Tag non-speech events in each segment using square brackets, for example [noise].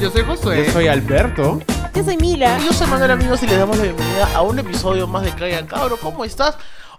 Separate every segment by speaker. Speaker 1: yo soy Josué.
Speaker 2: Yo soy Alberto.
Speaker 3: Yo soy Mila.
Speaker 4: Yo soy Manuel amigos y les damos la bienvenida a un episodio más de Calla Cabro. ¿Cómo estás?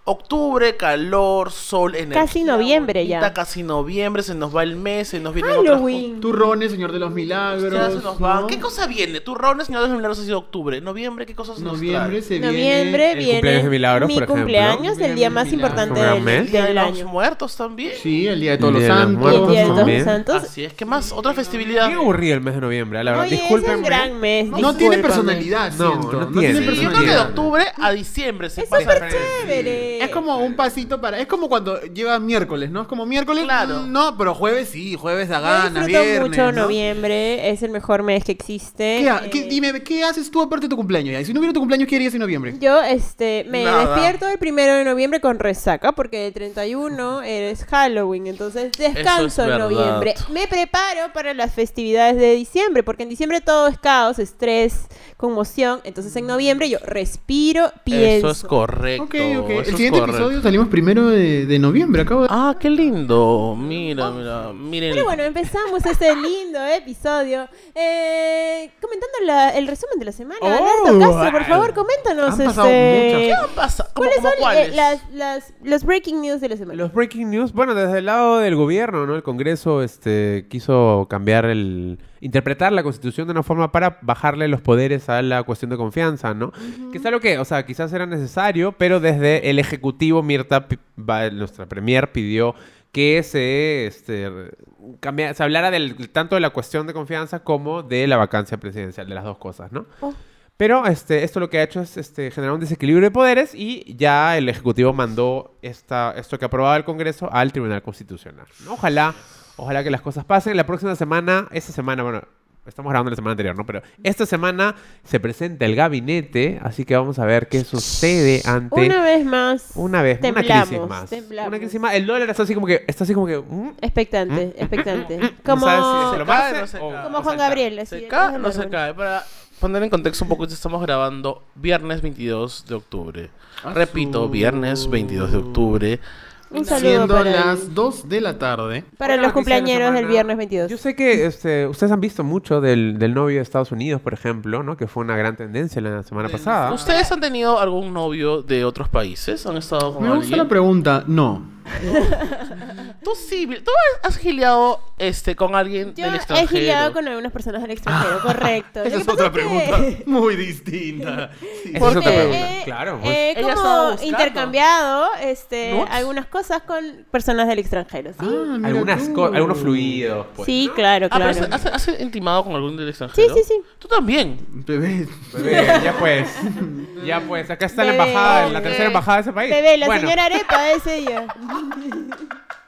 Speaker 4: Octubre, calor, sol, energía.
Speaker 3: Casi noviembre ya.
Speaker 4: Casi noviembre, se nos va el mes, se nos viene
Speaker 3: Halloween.
Speaker 1: Turrones, señor de los milagros.
Speaker 4: se nos va.
Speaker 1: ¿no?
Speaker 4: ¿Qué cosa viene? Turrones, señores de milagros, ha sido octubre. Noviembre, ¿qué cosas nos
Speaker 1: Noviembre se
Speaker 3: Noviembre
Speaker 1: viene.
Speaker 3: viene.
Speaker 2: cumpleaños de Milagros,
Speaker 3: mi
Speaker 2: por ejemplo.
Speaker 3: cumpleaños, el día más
Speaker 1: Cumpleaños de
Speaker 3: importante del,
Speaker 2: Milagros. Gran mes.
Speaker 4: trae? Día de
Speaker 3: del
Speaker 4: los
Speaker 3: año.
Speaker 4: muertos también.
Speaker 1: Sí, el día de todos los
Speaker 2: Día de los
Speaker 1: santos.
Speaker 3: Y el día de todos
Speaker 2: Muertos
Speaker 3: los
Speaker 2: también.
Speaker 3: santos.
Speaker 4: Así es, ¿qué más? ¿Otra festividad?
Speaker 2: Qué aburrido el mes de noviembre, la verdad.
Speaker 3: Oye,
Speaker 2: Disculpen.
Speaker 3: es un gran mes.
Speaker 1: No tiene
Speaker 3: discúlpame.
Speaker 1: personalidad,
Speaker 2: No,
Speaker 1: siento.
Speaker 2: no
Speaker 1: tiene
Speaker 2: tiene.
Speaker 4: Sí, yo creo que de
Speaker 1: personalidad.
Speaker 4: octubre a diciembre se
Speaker 3: Es
Speaker 4: pasa.
Speaker 3: súper chévere.
Speaker 1: Es como un pasito para. Es como cuando llega miércoles, ¿no? Es como miércoles.
Speaker 4: Claro.
Speaker 1: mm, No, pero jueves sí, jueves da
Speaker 3: Yo
Speaker 1: gana,
Speaker 3: disfruto
Speaker 1: viernes.
Speaker 3: mucho
Speaker 1: ¿no?
Speaker 3: noviembre, es el mejor mes que existe.
Speaker 1: ¿Qué ha-
Speaker 3: Eh,
Speaker 1: qué- dime, ¿qué haces tú aparte de tu cumpleaños? ya? Y si no hubiera tu cumpleaños, ¿qué harías en noviembre?
Speaker 3: Yo este, me
Speaker 4: Nada.
Speaker 3: despierto el primero de noviembre con resaca porque el 31 es Halloween, entonces descanso en
Speaker 4: verdad.
Speaker 3: noviembre. Me preparo para las festividades de diciembre porque en diciembre todo es caos, estrés, conmoción, entonces en noviembre yo respiro, pienso.
Speaker 4: Eso es correcto.
Speaker 1: Ok, ok.
Speaker 4: eso
Speaker 1: El
Speaker 4: es
Speaker 1: siguiente
Speaker 4: correcto.
Speaker 1: episodio salimos primero de, de noviembre. Acabo de.
Speaker 4: Ah, qué lindo. Mira, mira, miren.
Speaker 3: Oh. Pero bueno, empezamos este lindo [laughs] episodio eh, comentando la- el resumen de la semana.
Speaker 1: Oh,
Speaker 3: Alberto Castro, por favor,
Speaker 1: Han
Speaker 3: coméntanos
Speaker 1: pasado
Speaker 3: este,
Speaker 1: muchas
Speaker 4: ¿Qué pasa? ¿Cómo,
Speaker 3: ¿Cuáles
Speaker 4: cómo
Speaker 3: son eh,
Speaker 4: cuáles?
Speaker 3: las, las- los breaking news de la semana?
Speaker 2: Los breaking news, bueno, desde el lado del gobierno, ¿no? El Congreso este, quiso cambiar el... interpretar la Constitución de una forma para bajarle los poderes a la cuestión de confianza, ¿no? Que es algo que, o sea, quizás era necesario, pero desde el Ejecutivo, Mirta, Pi- va- nuestra Premier, pidió que se, este, re- cambia- se hablara del, tanto de la cuestión de confianza como de la vacancia presidencial, de las dos cosas, ¿no?
Speaker 3: Oh.
Speaker 2: Pero este, esto lo que ha hecho es este, generar un desequilibrio de poderes y ya el Ejecutivo mandó esta, esto que aprobaba el Congreso al Tribunal Constitucional. ¿no? Ojalá, ojalá que las cosas pasen. La próxima semana, esta semana, bueno, estamos grabando la semana anterior, ¿no? Pero esta semana se presenta el gabinete, así que vamos a ver qué sucede ante...
Speaker 3: Una vez más.
Speaker 2: Una vez, una
Speaker 3: temblamos,
Speaker 2: crisis más.
Speaker 3: temblamos.
Speaker 2: Una crisis más. El dólar está así como que... Está así como que... ¿Mm?
Speaker 3: Expectante, expectante.
Speaker 2: ¿Eh? No
Speaker 3: Como,
Speaker 2: sabes si se lo
Speaker 4: cae,
Speaker 2: pase
Speaker 4: no se
Speaker 2: o-
Speaker 4: cae.
Speaker 2: o
Speaker 3: como Juan
Speaker 2: salta.
Speaker 3: Gabriel. así
Speaker 4: ¿Se
Speaker 3: de-
Speaker 4: cae o no se
Speaker 3: Bueno.
Speaker 4: cae? Para poner en contexto un poco, estamos grabando viernes 22 de octubre.
Speaker 1: Ah,
Speaker 4: Repito, viernes 22 de octubre.
Speaker 3: Un saludo
Speaker 1: Siendo
Speaker 3: para,
Speaker 1: las 2 de la tarde.
Speaker 3: para los
Speaker 2: Otra noticia de la
Speaker 3: cumpleañeros del
Speaker 2: semana.
Speaker 3: viernes 22.
Speaker 2: Yo sé que este, ustedes han visto mucho del, del novio de Estados Unidos, por ejemplo, ¿no? Que fue una gran tendencia la semana
Speaker 1: Ah.
Speaker 2: pasada.
Speaker 4: ¿Ustedes han tenido algún novio de otros países? ¿Han estado con
Speaker 1: Me gusta
Speaker 4: alguien?
Speaker 1: la pregunta. No.
Speaker 4: Tú sí, tú has gileado este, con alguien
Speaker 3: Yo
Speaker 4: del
Speaker 3: he
Speaker 4: extranjero.
Speaker 3: gileado con algunas personas del
Speaker 2: Ah.
Speaker 3: extranjero, correcto. Lo
Speaker 1: Esa
Speaker 3: que
Speaker 1: es
Speaker 3: pasa
Speaker 1: otra
Speaker 3: que-
Speaker 1: pregunta muy distinta. Sí.
Speaker 2: Esa
Speaker 4: ¿Por
Speaker 2: es otra
Speaker 4: qué?
Speaker 2: pregunta.
Speaker 3: eh,
Speaker 2: claro. pues.
Speaker 3: eh,
Speaker 4: Ella estaba
Speaker 3: como
Speaker 4: buscando.
Speaker 3: intercambiado este,
Speaker 4: Nudes.
Speaker 3: algunas cosas con personas del extranjero, ¿sí?
Speaker 1: Ah, mira
Speaker 2: Algunas
Speaker 1: tú.
Speaker 2: co- algunos fluidos, pues.
Speaker 3: sí, claro,
Speaker 4: Ah, pero
Speaker 3: claro.
Speaker 4: ¿has, has- has intimado con algún del extranjero?
Speaker 3: sí, sí.
Speaker 4: ¿Tú también?
Speaker 1: Bebé.
Speaker 2: Bebé, ya pues. Ya pues. Acá está
Speaker 3: Bebé,
Speaker 2: la embajada, la
Speaker 3: bebé.
Speaker 2: tercera embajada de ese país.
Speaker 3: Bebé, la
Speaker 2: Bueno,
Speaker 3: señora Arepa ese
Speaker 4: [laughs]
Speaker 3: día.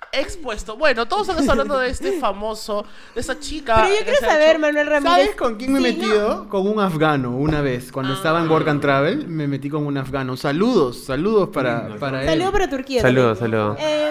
Speaker 4: Expuesto. Bueno, todos han estado hablando
Speaker 3: [laughs]
Speaker 4: de este famoso, de esa chica.
Speaker 3: Pero yo
Speaker 4: que
Speaker 3: quiero
Speaker 4: se ha
Speaker 3: saber,
Speaker 4: hecho-
Speaker 3: Manuel Ramírez.
Speaker 1: ¿Sabes con quién me he
Speaker 3: Sí,
Speaker 1: metido? Con un afgano una vez. Cuando
Speaker 4: Ah.
Speaker 1: estaba en Work and Travel, me metí con un afgano. Saludos, saludos para, para él.
Speaker 3: Saludos para Turquía.
Speaker 2: Eh, Saludos,
Speaker 3: también.
Speaker 2: saludos.
Speaker 3: Eh,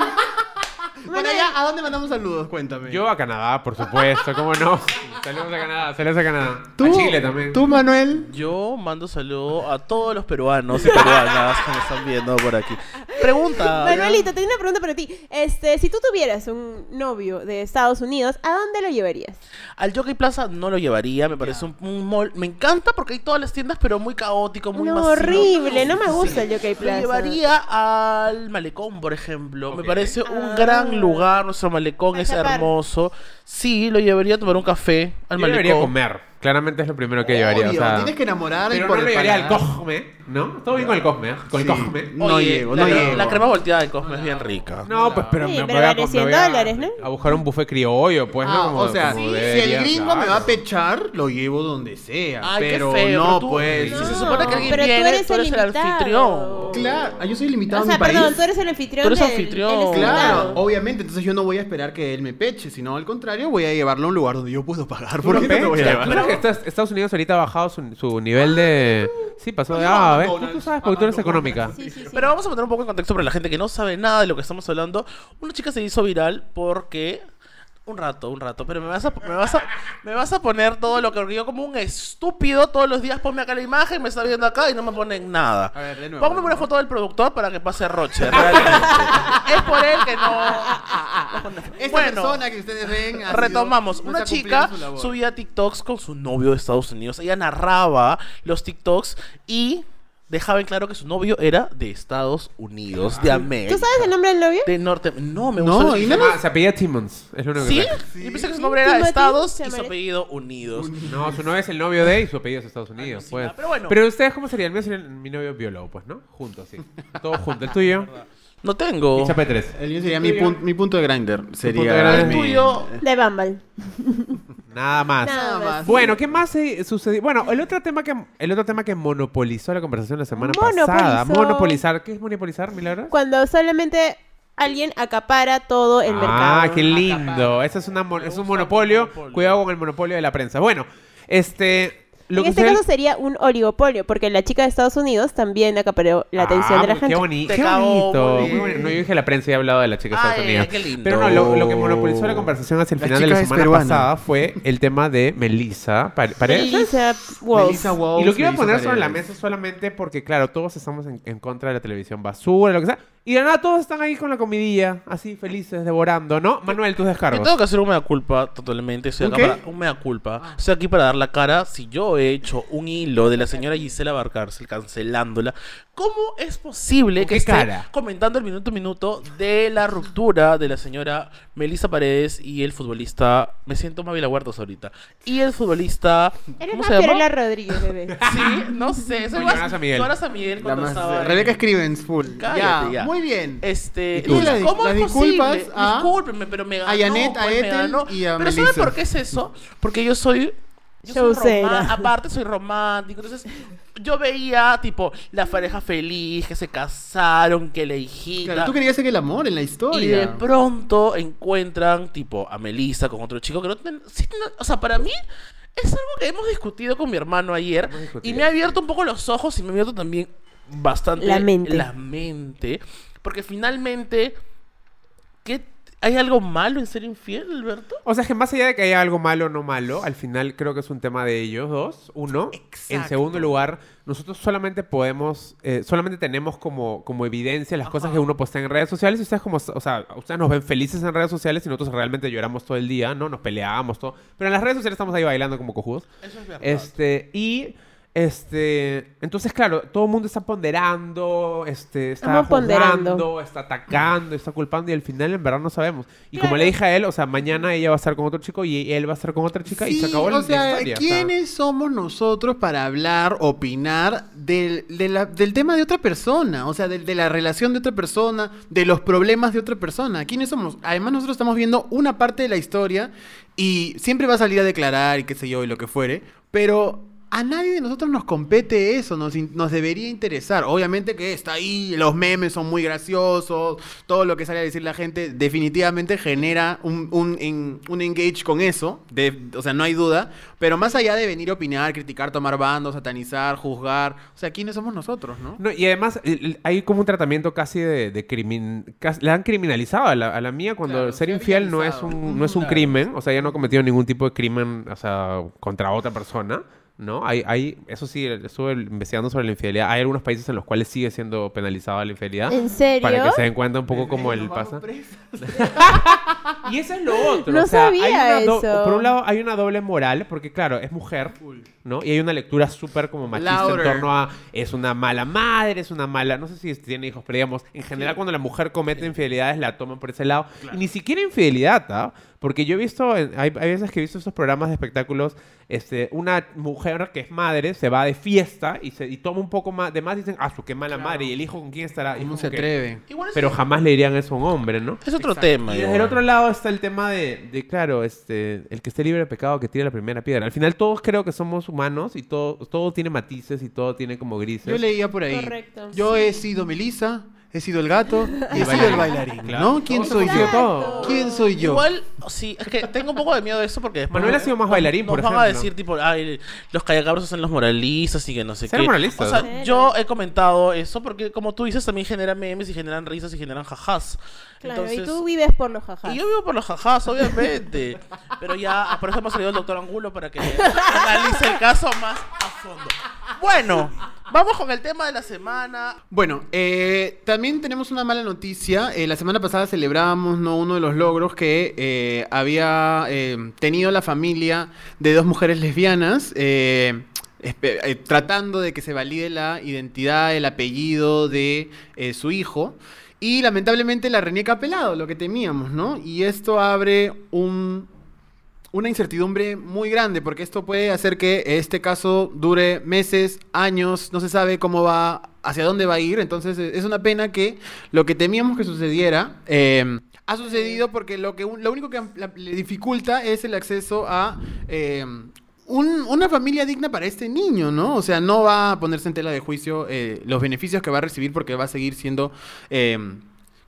Speaker 1: Bueno, ya, ¿a dónde mandamos saludos? Cuéntame.
Speaker 2: Yo a Canadá, por supuesto. ¿Cómo no? Saludos a Canadá. Saludos a Canadá.
Speaker 1: ¿Tú,
Speaker 2: a Chile también.
Speaker 1: Tú, Manuel.
Speaker 4: Yo mando saludo a todos los peruanos y peruanas que me están viendo por aquí. Pregunta.
Speaker 3: Manuelito, tengo una pregunta para ti. Este, si tú tuvieras un novio de Estados Unidos, ¿a dónde lo llevarías?
Speaker 4: Al Jockey Plaza no lo llevaría, me parece un, un mall. Me encanta porque hay todas las tiendas, pero muy caótico, muy
Speaker 3: no,
Speaker 4: masivo.
Speaker 3: horrible, no me gusta el Jockey
Speaker 4: Lo
Speaker 3: Plaza.
Speaker 4: llevaría al malecón, por ejemplo. Me
Speaker 2: Ok.
Speaker 4: parece un
Speaker 3: Ah.
Speaker 4: gran lugar. Nuestro malecón
Speaker 3: A
Speaker 4: es
Speaker 3: escapar.
Speaker 4: hermoso. Sí, lo llevaría a tomar un café al
Speaker 2: Yo
Speaker 4: malecón.
Speaker 2: debería comer. Claramente es lo primero que llevaría. O
Speaker 1: Obvio,
Speaker 2: sea,
Speaker 1: tienes que enamorar
Speaker 2: pero no
Speaker 1: por
Speaker 2: le
Speaker 1: el
Speaker 2: llevaría al
Speaker 1: paladar.
Speaker 2: Cosme, ¿no? Todo bien con el Cosme, ¿eh? Con
Speaker 1: Sí.
Speaker 2: el Cosme.
Speaker 1: No
Speaker 4: Oye,
Speaker 1: llego,
Speaker 4: la,
Speaker 1: no
Speaker 4: cre-
Speaker 1: llego.
Speaker 4: la crema volteada de Cosme es bien rica.
Speaker 2: No, pues pero
Speaker 3: Sí, pero
Speaker 2: me, me voy a,
Speaker 3: vale
Speaker 2: me
Speaker 3: 100
Speaker 2: voy a-
Speaker 3: dólares, ¿no?
Speaker 2: a buscar un buffet criollo, pues,
Speaker 1: Ah,
Speaker 2: ¿no? Como-
Speaker 1: o sea,
Speaker 2: como
Speaker 1: si, si
Speaker 2: debería,
Speaker 1: el gringo me
Speaker 2: claro.
Speaker 1: va a pechar, lo llevo donde sea.
Speaker 4: Ay, qué
Speaker 1: pero
Speaker 4: feo,
Speaker 1: no,
Speaker 4: pero tú-
Speaker 1: pues.
Speaker 4: si
Speaker 3: No,
Speaker 4: se supone que alguien
Speaker 3: pero tú
Speaker 4: viene,
Speaker 3: eres
Speaker 4: tú eres
Speaker 3: el
Speaker 4: el,
Speaker 3: invitado.
Speaker 4: anfitrión.
Speaker 1: Claro, ah, yo soy limitado
Speaker 3: O sea,
Speaker 1: a mi
Speaker 3: perdón,
Speaker 1: país.
Speaker 3: tú eres el anfitrión.
Speaker 4: Tú eres
Speaker 3: del-
Speaker 4: anfitrión.
Speaker 3: él es el
Speaker 1: Claro,
Speaker 3: invitado.
Speaker 1: obviamente, entonces yo no voy a esperar que él me peche, sino al contrario, voy a llevarlo a un lugar donde yo puedo pagar. ¿Por qué no te voy a
Speaker 2: Pecha,
Speaker 1: llevar?
Speaker 2: Creo que Estados- Estados Unidos ahorita ha bajado su, su nivel de... Sí, pasó de... Ah, ¿ves? Tú, tú sabes, porque tú eres económica.
Speaker 3: Sí, sí, sí.
Speaker 4: Pero vamos a poner un poco en contexto para la gente que no sabe nada de lo que estamos hablando. Una chica se hizo viral porque. Un rato, un rato, pero me vas a, me vas a, me vas a poner todo lo que yo como un estúpido todos los días ponme acá la imagen, me está viendo acá y no me ponen nada.
Speaker 1: A ver, de nuevo. [laughs]
Speaker 4: Póngame una foto del productor para que pase Roche, realmente. es por él que no.
Speaker 1: Esta
Speaker 4: Bueno.
Speaker 1: persona que ustedes ven. ha sido-
Speaker 4: Retomamos,
Speaker 1: no
Speaker 4: una
Speaker 1: está cumpliendo
Speaker 4: chica
Speaker 1: su labor.
Speaker 4: subía TikToks con su novio de Estados Unidos. Ella narraba los TikToks y dejaba en claro que su novio era de Estados Unidos, de América.
Speaker 3: ¿Tú sabes el nombre del novio?
Speaker 4: De Norte. No, me
Speaker 1: No,
Speaker 4: gusta.
Speaker 1: y
Speaker 4: el-
Speaker 1: nada
Speaker 2: Ah, se apellida Timmons. Es lo único que
Speaker 4: ¿Sí?
Speaker 2: sé.
Speaker 1: Sí.
Speaker 4: Yo pensé que su nombre era
Speaker 3: Timothy
Speaker 4: Estados y su
Speaker 3: Chalamet.
Speaker 4: apellido Unidos.
Speaker 2: No, su novio es el novio de y su apellido es Estados Unidos.
Speaker 4: sí,
Speaker 2: pues.
Speaker 4: ah, pero bueno.
Speaker 2: ustedes, ¿cómo sería? El mío sería el- mi novio biólogo, pues, ¿no? Juntos, sí. Todo junto. El tuyo.
Speaker 4: No tengo.
Speaker 2: Y Chapé3.
Speaker 1: El mío sería mi, pun- mi punto de grinder. Sería.
Speaker 2: de Grindr.
Speaker 4: El
Speaker 1: mi-
Speaker 4: tuyo.
Speaker 3: De Bumble.
Speaker 2: Nada más.
Speaker 1: Nada
Speaker 3: Nada
Speaker 1: más.
Speaker 3: más.
Speaker 2: Bueno, ¿qué más eh, sucedió? Bueno, el otro tema que el otro tema que monopolizó la conversación la semana pasada.
Speaker 3: Monopolizó.
Speaker 2: Monopolizar. ¿Qué es monopolizar, Milagro?
Speaker 3: Cuando solamente alguien acapara todo el mercado.
Speaker 2: Ah, qué lindo. Ese es, una mon- es un monopolio. Cuidado con el monopolio de la prensa. Bueno, este. Lo
Speaker 3: en
Speaker 2: que
Speaker 3: este
Speaker 2: sucede-
Speaker 3: caso sería un oligopolio, porque la chica de Estados Unidos también acaparó la atención
Speaker 2: Ah,
Speaker 3: de la
Speaker 2: muy-
Speaker 3: gente.
Speaker 2: Qué, boni-
Speaker 4: Te
Speaker 2: qué
Speaker 4: acabo,
Speaker 2: bonito.
Speaker 4: muy
Speaker 2: muy boni- No, yo dije la prensa y he hablado de la chica de Estados
Speaker 4: Ay,
Speaker 2: Unidos.
Speaker 4: qué lindo.
Speaker 2: Pero no, lo, lo que monopolizó la conversación hacia el
Speaker 1: La
Speaker 2: final de
Speaker 1: chica
Speaker 2: la
Speaker 1: es
Speaker 2: semana
Speaker 1: peruana.
Speaker 2: pasada fue el tema de Melissa. Pa- Paredes.
Speaker 3: Elisa Wolf.
Speaker 1: Melissa Wolf,
Speaker 2: Y lo quiero
Speaker 1: Melissa
Speaker 2: poner sobre la
Speaker 1: Paredes.
Speaker 2: mesa solamente porque, claro, todos estamos en, en contra de la televisión basura, lo que sea. Y de nada, todos están ahí con la comidilla, así felices, devorando, ¿no? Manuel, tus
Speaker 4: Yo
Speaker 2: descargos.
Speaker 4: tengo que hacer un mea culpa totalmente. Estoy
Speaker 1: ¿Un
Speaker 4: acá
Speaker 1: qué?
Speaker 4: para, un mea culpa. Estoy aquí para dar la cara. Si yo he hecho un hilo de la señora Gisela Barcarcel cancelándola, ¿cómo es posible
Speaker 2: ¿Con
Speaker 4: que
Speaker 2: qué
Speaker 4: esté
Speaker 2: cara?
Speaker 4: comentando el minuto a minuto de la ruptura de la señora Melissa Paredes y el futbolista? Me siento Mavila Huertas ahorita. Y el futbolista.
Speaker 3: Eres
Speaker 4: ¿Cómo
Speaker 3: más
Speaker 4: se llama?
Speaker 3: Fiorella Rodríguez,
Speaker 4: [laughs]
Speaker 3: bebé.
Speaker 4: Sí, no sé. Soy
Speaker 2: Con
Speaker 4: más.
Speaker 2: Jonasa Miguel.
Speaker 4: Jonasa Miguel
Speaker 1: La
Speaker 4: cuando
Speaker 1: más-
Speaker 4: estaba en-
Speaker 1: Rebeca Stevens, full.
Speaker 4: Cállate, ya.
Speaker 1: Muy bien.
Speaker 4: Este,
Speaker 1: ¿Y tú?
Speaker 4: entonces,
Speaker 1: Las-
Speaker 4: ¿cómo
Speaker 1: las
Speaker 4: es
Speaker 1: disculpas
Speaker 4: posible?
Speaker 1: a-
Speaker 4: Discúlpenme, pero me ganó.
Speaker 1: Janet, a
Speaker 4: pues, me
Speaker 1: Ethel
Speaker 4: ganó.
Speaker 1: y a
Speaker 4: Pero ¿saben
Speaker 1: Melissa.
Speaker 4: por qué es eso? Porque yo soy... Yo soy
Speaker 3: Showcera.
Speaker 4: román- aparte soy romántico, entonces yo veía tipo la pareja feliz, que se casaron, que la hijita.
Speaker 1: Claro, tú querías hacer el amor en la
Speaker 4: Y de
Speaker 1: historia.
Speaker 4: pronto encuentran, tipo, a Melissa con otro chico que no tienen. sí, no- o sea, para mí es algo que hemos discutido con mi hermano ayer.
Speaker 2: Hemos discutido,
Speaker 4: Y me ha abierto un poco los ojos y me ha abierto también bastante
Speaker 3: La mente.
Speaker 4: la mente, porque finalmente, ¿qué, ¿hay algo malo en ser infiel, Alberto?
Speaker 2: O sea, es que más allá de que haya algo malo o no malo, al final creo que es un tema de ellos dos. Uno. En
Speaker 4: Exacto.
Speaker 2: segundo lugar, nosotros solamente podemos, eh, solamente tenemos como, como evidencia las cosas que uno postea en redes sociales. Y ustedes como, o sea, ustedes nos ven felices en redes sociales y nosotros realmente lloramos todo el día, ¿no? Nos peleamos, todo. Pero en las redes sociales estamos ahí bailando como cojudos.
Speaker 4: Eso es verdad.
Speaker 2: Este, y este, entonces claro, todo el mundo está ponderando, este, está
Speaker 3: Estamos ponderando.
Speaker 2: juzgando, está atacando, está culpando y al final en verdad no sabemos. Y como
Speaker 3: Claro.
Speaker 2: le dije a él, o sea, mañana ella va a estar con otro chico y él va a estar con otra chica y se
Speaker 1: Sí,
Speaker 2: acabó la
Speaker 1: o sea,
Speaker 2: historia. o sea.
Speaker 1: ¿quiénes somos nosotros para hablar, opinar del, de la- del tema de otra persona? O sea, del- de, la relación de otra persona, de los problemas de otra persona. ¿Quiénes somos? Además, nosotros estamos viendo una parte de la historia y siempre va a salir a declarar y qué sé yo y lo que fuere, pero... A nadie de nosotros nos compete eso, nos, in- nos debería interesar. Obviamente que está ahí, los memes son muy graciosos, todo lo que sale a decir la gente definitivamente genera un, un, en- un engage con eso, de- o sea, no hay duda, pero más allá de venir a opinar, criticar, tomar bandos, satanizar, juzgar, o sea, ¿quiénes somos nosotros, no?
Speaker 2: No, y además el- el- hay como un tratamiento casi de, de crimin... cas- La han criminalizado a la, a la mía cuando
Speaker 1: Claro,
Speaker 2: ser
Speaker 1: se ha
Speaker 2: infiel no es
Speaker 1: viralizado.
Speaker 2: un, no es un
Speaker 4: Claro.
Speaker 2: crimen. O sea, ella no ha cometido ningún tipo de crimen o sea, contra otra persona. ¿No? Hay, hay, eso sí, estuve investigando sobre la infidelidad. Hay algunos países en los cuales sigue siendo penalizada la infidelidad.
Speaker 3: ¿En serio?
Speaker 2: ¿Ah? Para que se den cuenta un poco como el pasa. Y eso es lo otro.
Speaker 3: No
Speaker 2: o sea, hay
Speaker 3: sabía
Speaker 2: una do-
Speaker 3: eso.
Speaker 2: Por un lado, hay una doble moral, porque claro, es mujer, ¿no? Y hay una lectura súper como machista
Speaker 1: Louder.
Speaker 2: en torno a es una mala madre, es una mala. No sé si tiene hijos, pero digamos, en general, cuando la mujer comete infidelidades, la toman por ese lado. Y ni siquiera infidelidad, ¿ah? Porque yo he visto, en- hay, hay veces que he visto esos programas de espectáculos, este, una mujer que es madre se va de fiesta y, se, y toma un poco más de más, dicen, ah, su qué mala madre, y el hijo con quién estará. Y
Speaker 1: ¿Cómo
Speaker 2: como
Speaker 1: se
Speaker 2: que-
Speaker 1: atreve?
Speaker 4: Igual es,
Speaker 2: Pero jamás le dirían eso a un hombre, ¿no?
Speaker 4: es otro tema.
Speaker 2: Y
Speaker 4: igual.
Speaker 2: desde el otro lado está el tema de, de, claro, este, el que esté libre de pecado que tire la primera piedra. Al final todos creo que somos humanos y todo, todo tiene matices y todo tiene como grises.
Speaker 1: Yo leía por ahí.
Speaker 3: Correcto.
Speaker 1: Yo he sido Melissa, he sido el
Speaker 2: [laughs]
Speaker 1: gato, y he
Speaker 2: El
Speaker 1: sido el
Speaker 2: bailarín.
Speaker 1: bailarín,
Speaker 2: Claro.
Speaker 1: ¿no? ¿Quién
Speaker 2: Todos
Speaker 1: soy
Speaker 2: hemos sido
Speaker 1: yo?
Speaker 2: todo.
Speaker 1: ¿Quién soy yo?
Speaker 4: Igual, sí, es que tengo un poco de miedo de eso porque después
Speaker 2: Manuel
Speaker 4: nos-
Speaker 2: ha sido más
Speaker 4: nos-
Speaker 2: bailarín,
Speaker 4: nos
Speaker 2: por
Speaker 4: van a
Speaker 2: ejemplo.
Speaker 4: decir, tipo, ay, los callacabros son los moralistas y que no sé
Speaker 2: Ser
Speaker 4: qué.
Speaker 2: moralistas,
Speaker 4: O sea,
Speaker 3: ¿no?
Speaker 4: yo he comentado eso porque, como tú dices, también generan memes y generan risas y generan jajás.
Speaker 3: Claro,
Speaker 4: Entonces,
Speaker 3: y tú vives por los jajás.
Speaker 4: y yo vivo por los jajás, obviamente. Pero ya, por eso hemos salido el doctor Angulo para que analice el caso más a fondo. Bueno, vamos con el tema de la semana.
Speaker 1: Bueno, eh, también tenemos una mala noticia. Eh, la semana pasada celebrábamos ¿no? uno de los logros que eh, había eh, tenido la familia de dos mujeres lesbianas. eh, espe- eh, tratando de que se valide la identidad, el apellido de eh, su hijo. Y lamentablemente la reniega pelado, lo que temíamos, ¿no? Y esto abre un una incertidumbre muy grande, porque esto puede hacer que este caso dure meses, años, no se sabe cómo va, hacia dónde va a ir. Entonces eh, es una pena que lo que temíamos que sucediera eh, ha sucedido porque lo, que un- lo único que la- le dificulta es el acceso a... eh, un- una familia digna para este niño, ¿no? O sea, no va a ponerse en tela de juicio eh, los beneficios que va a recibir porque va a seguir siendo eh,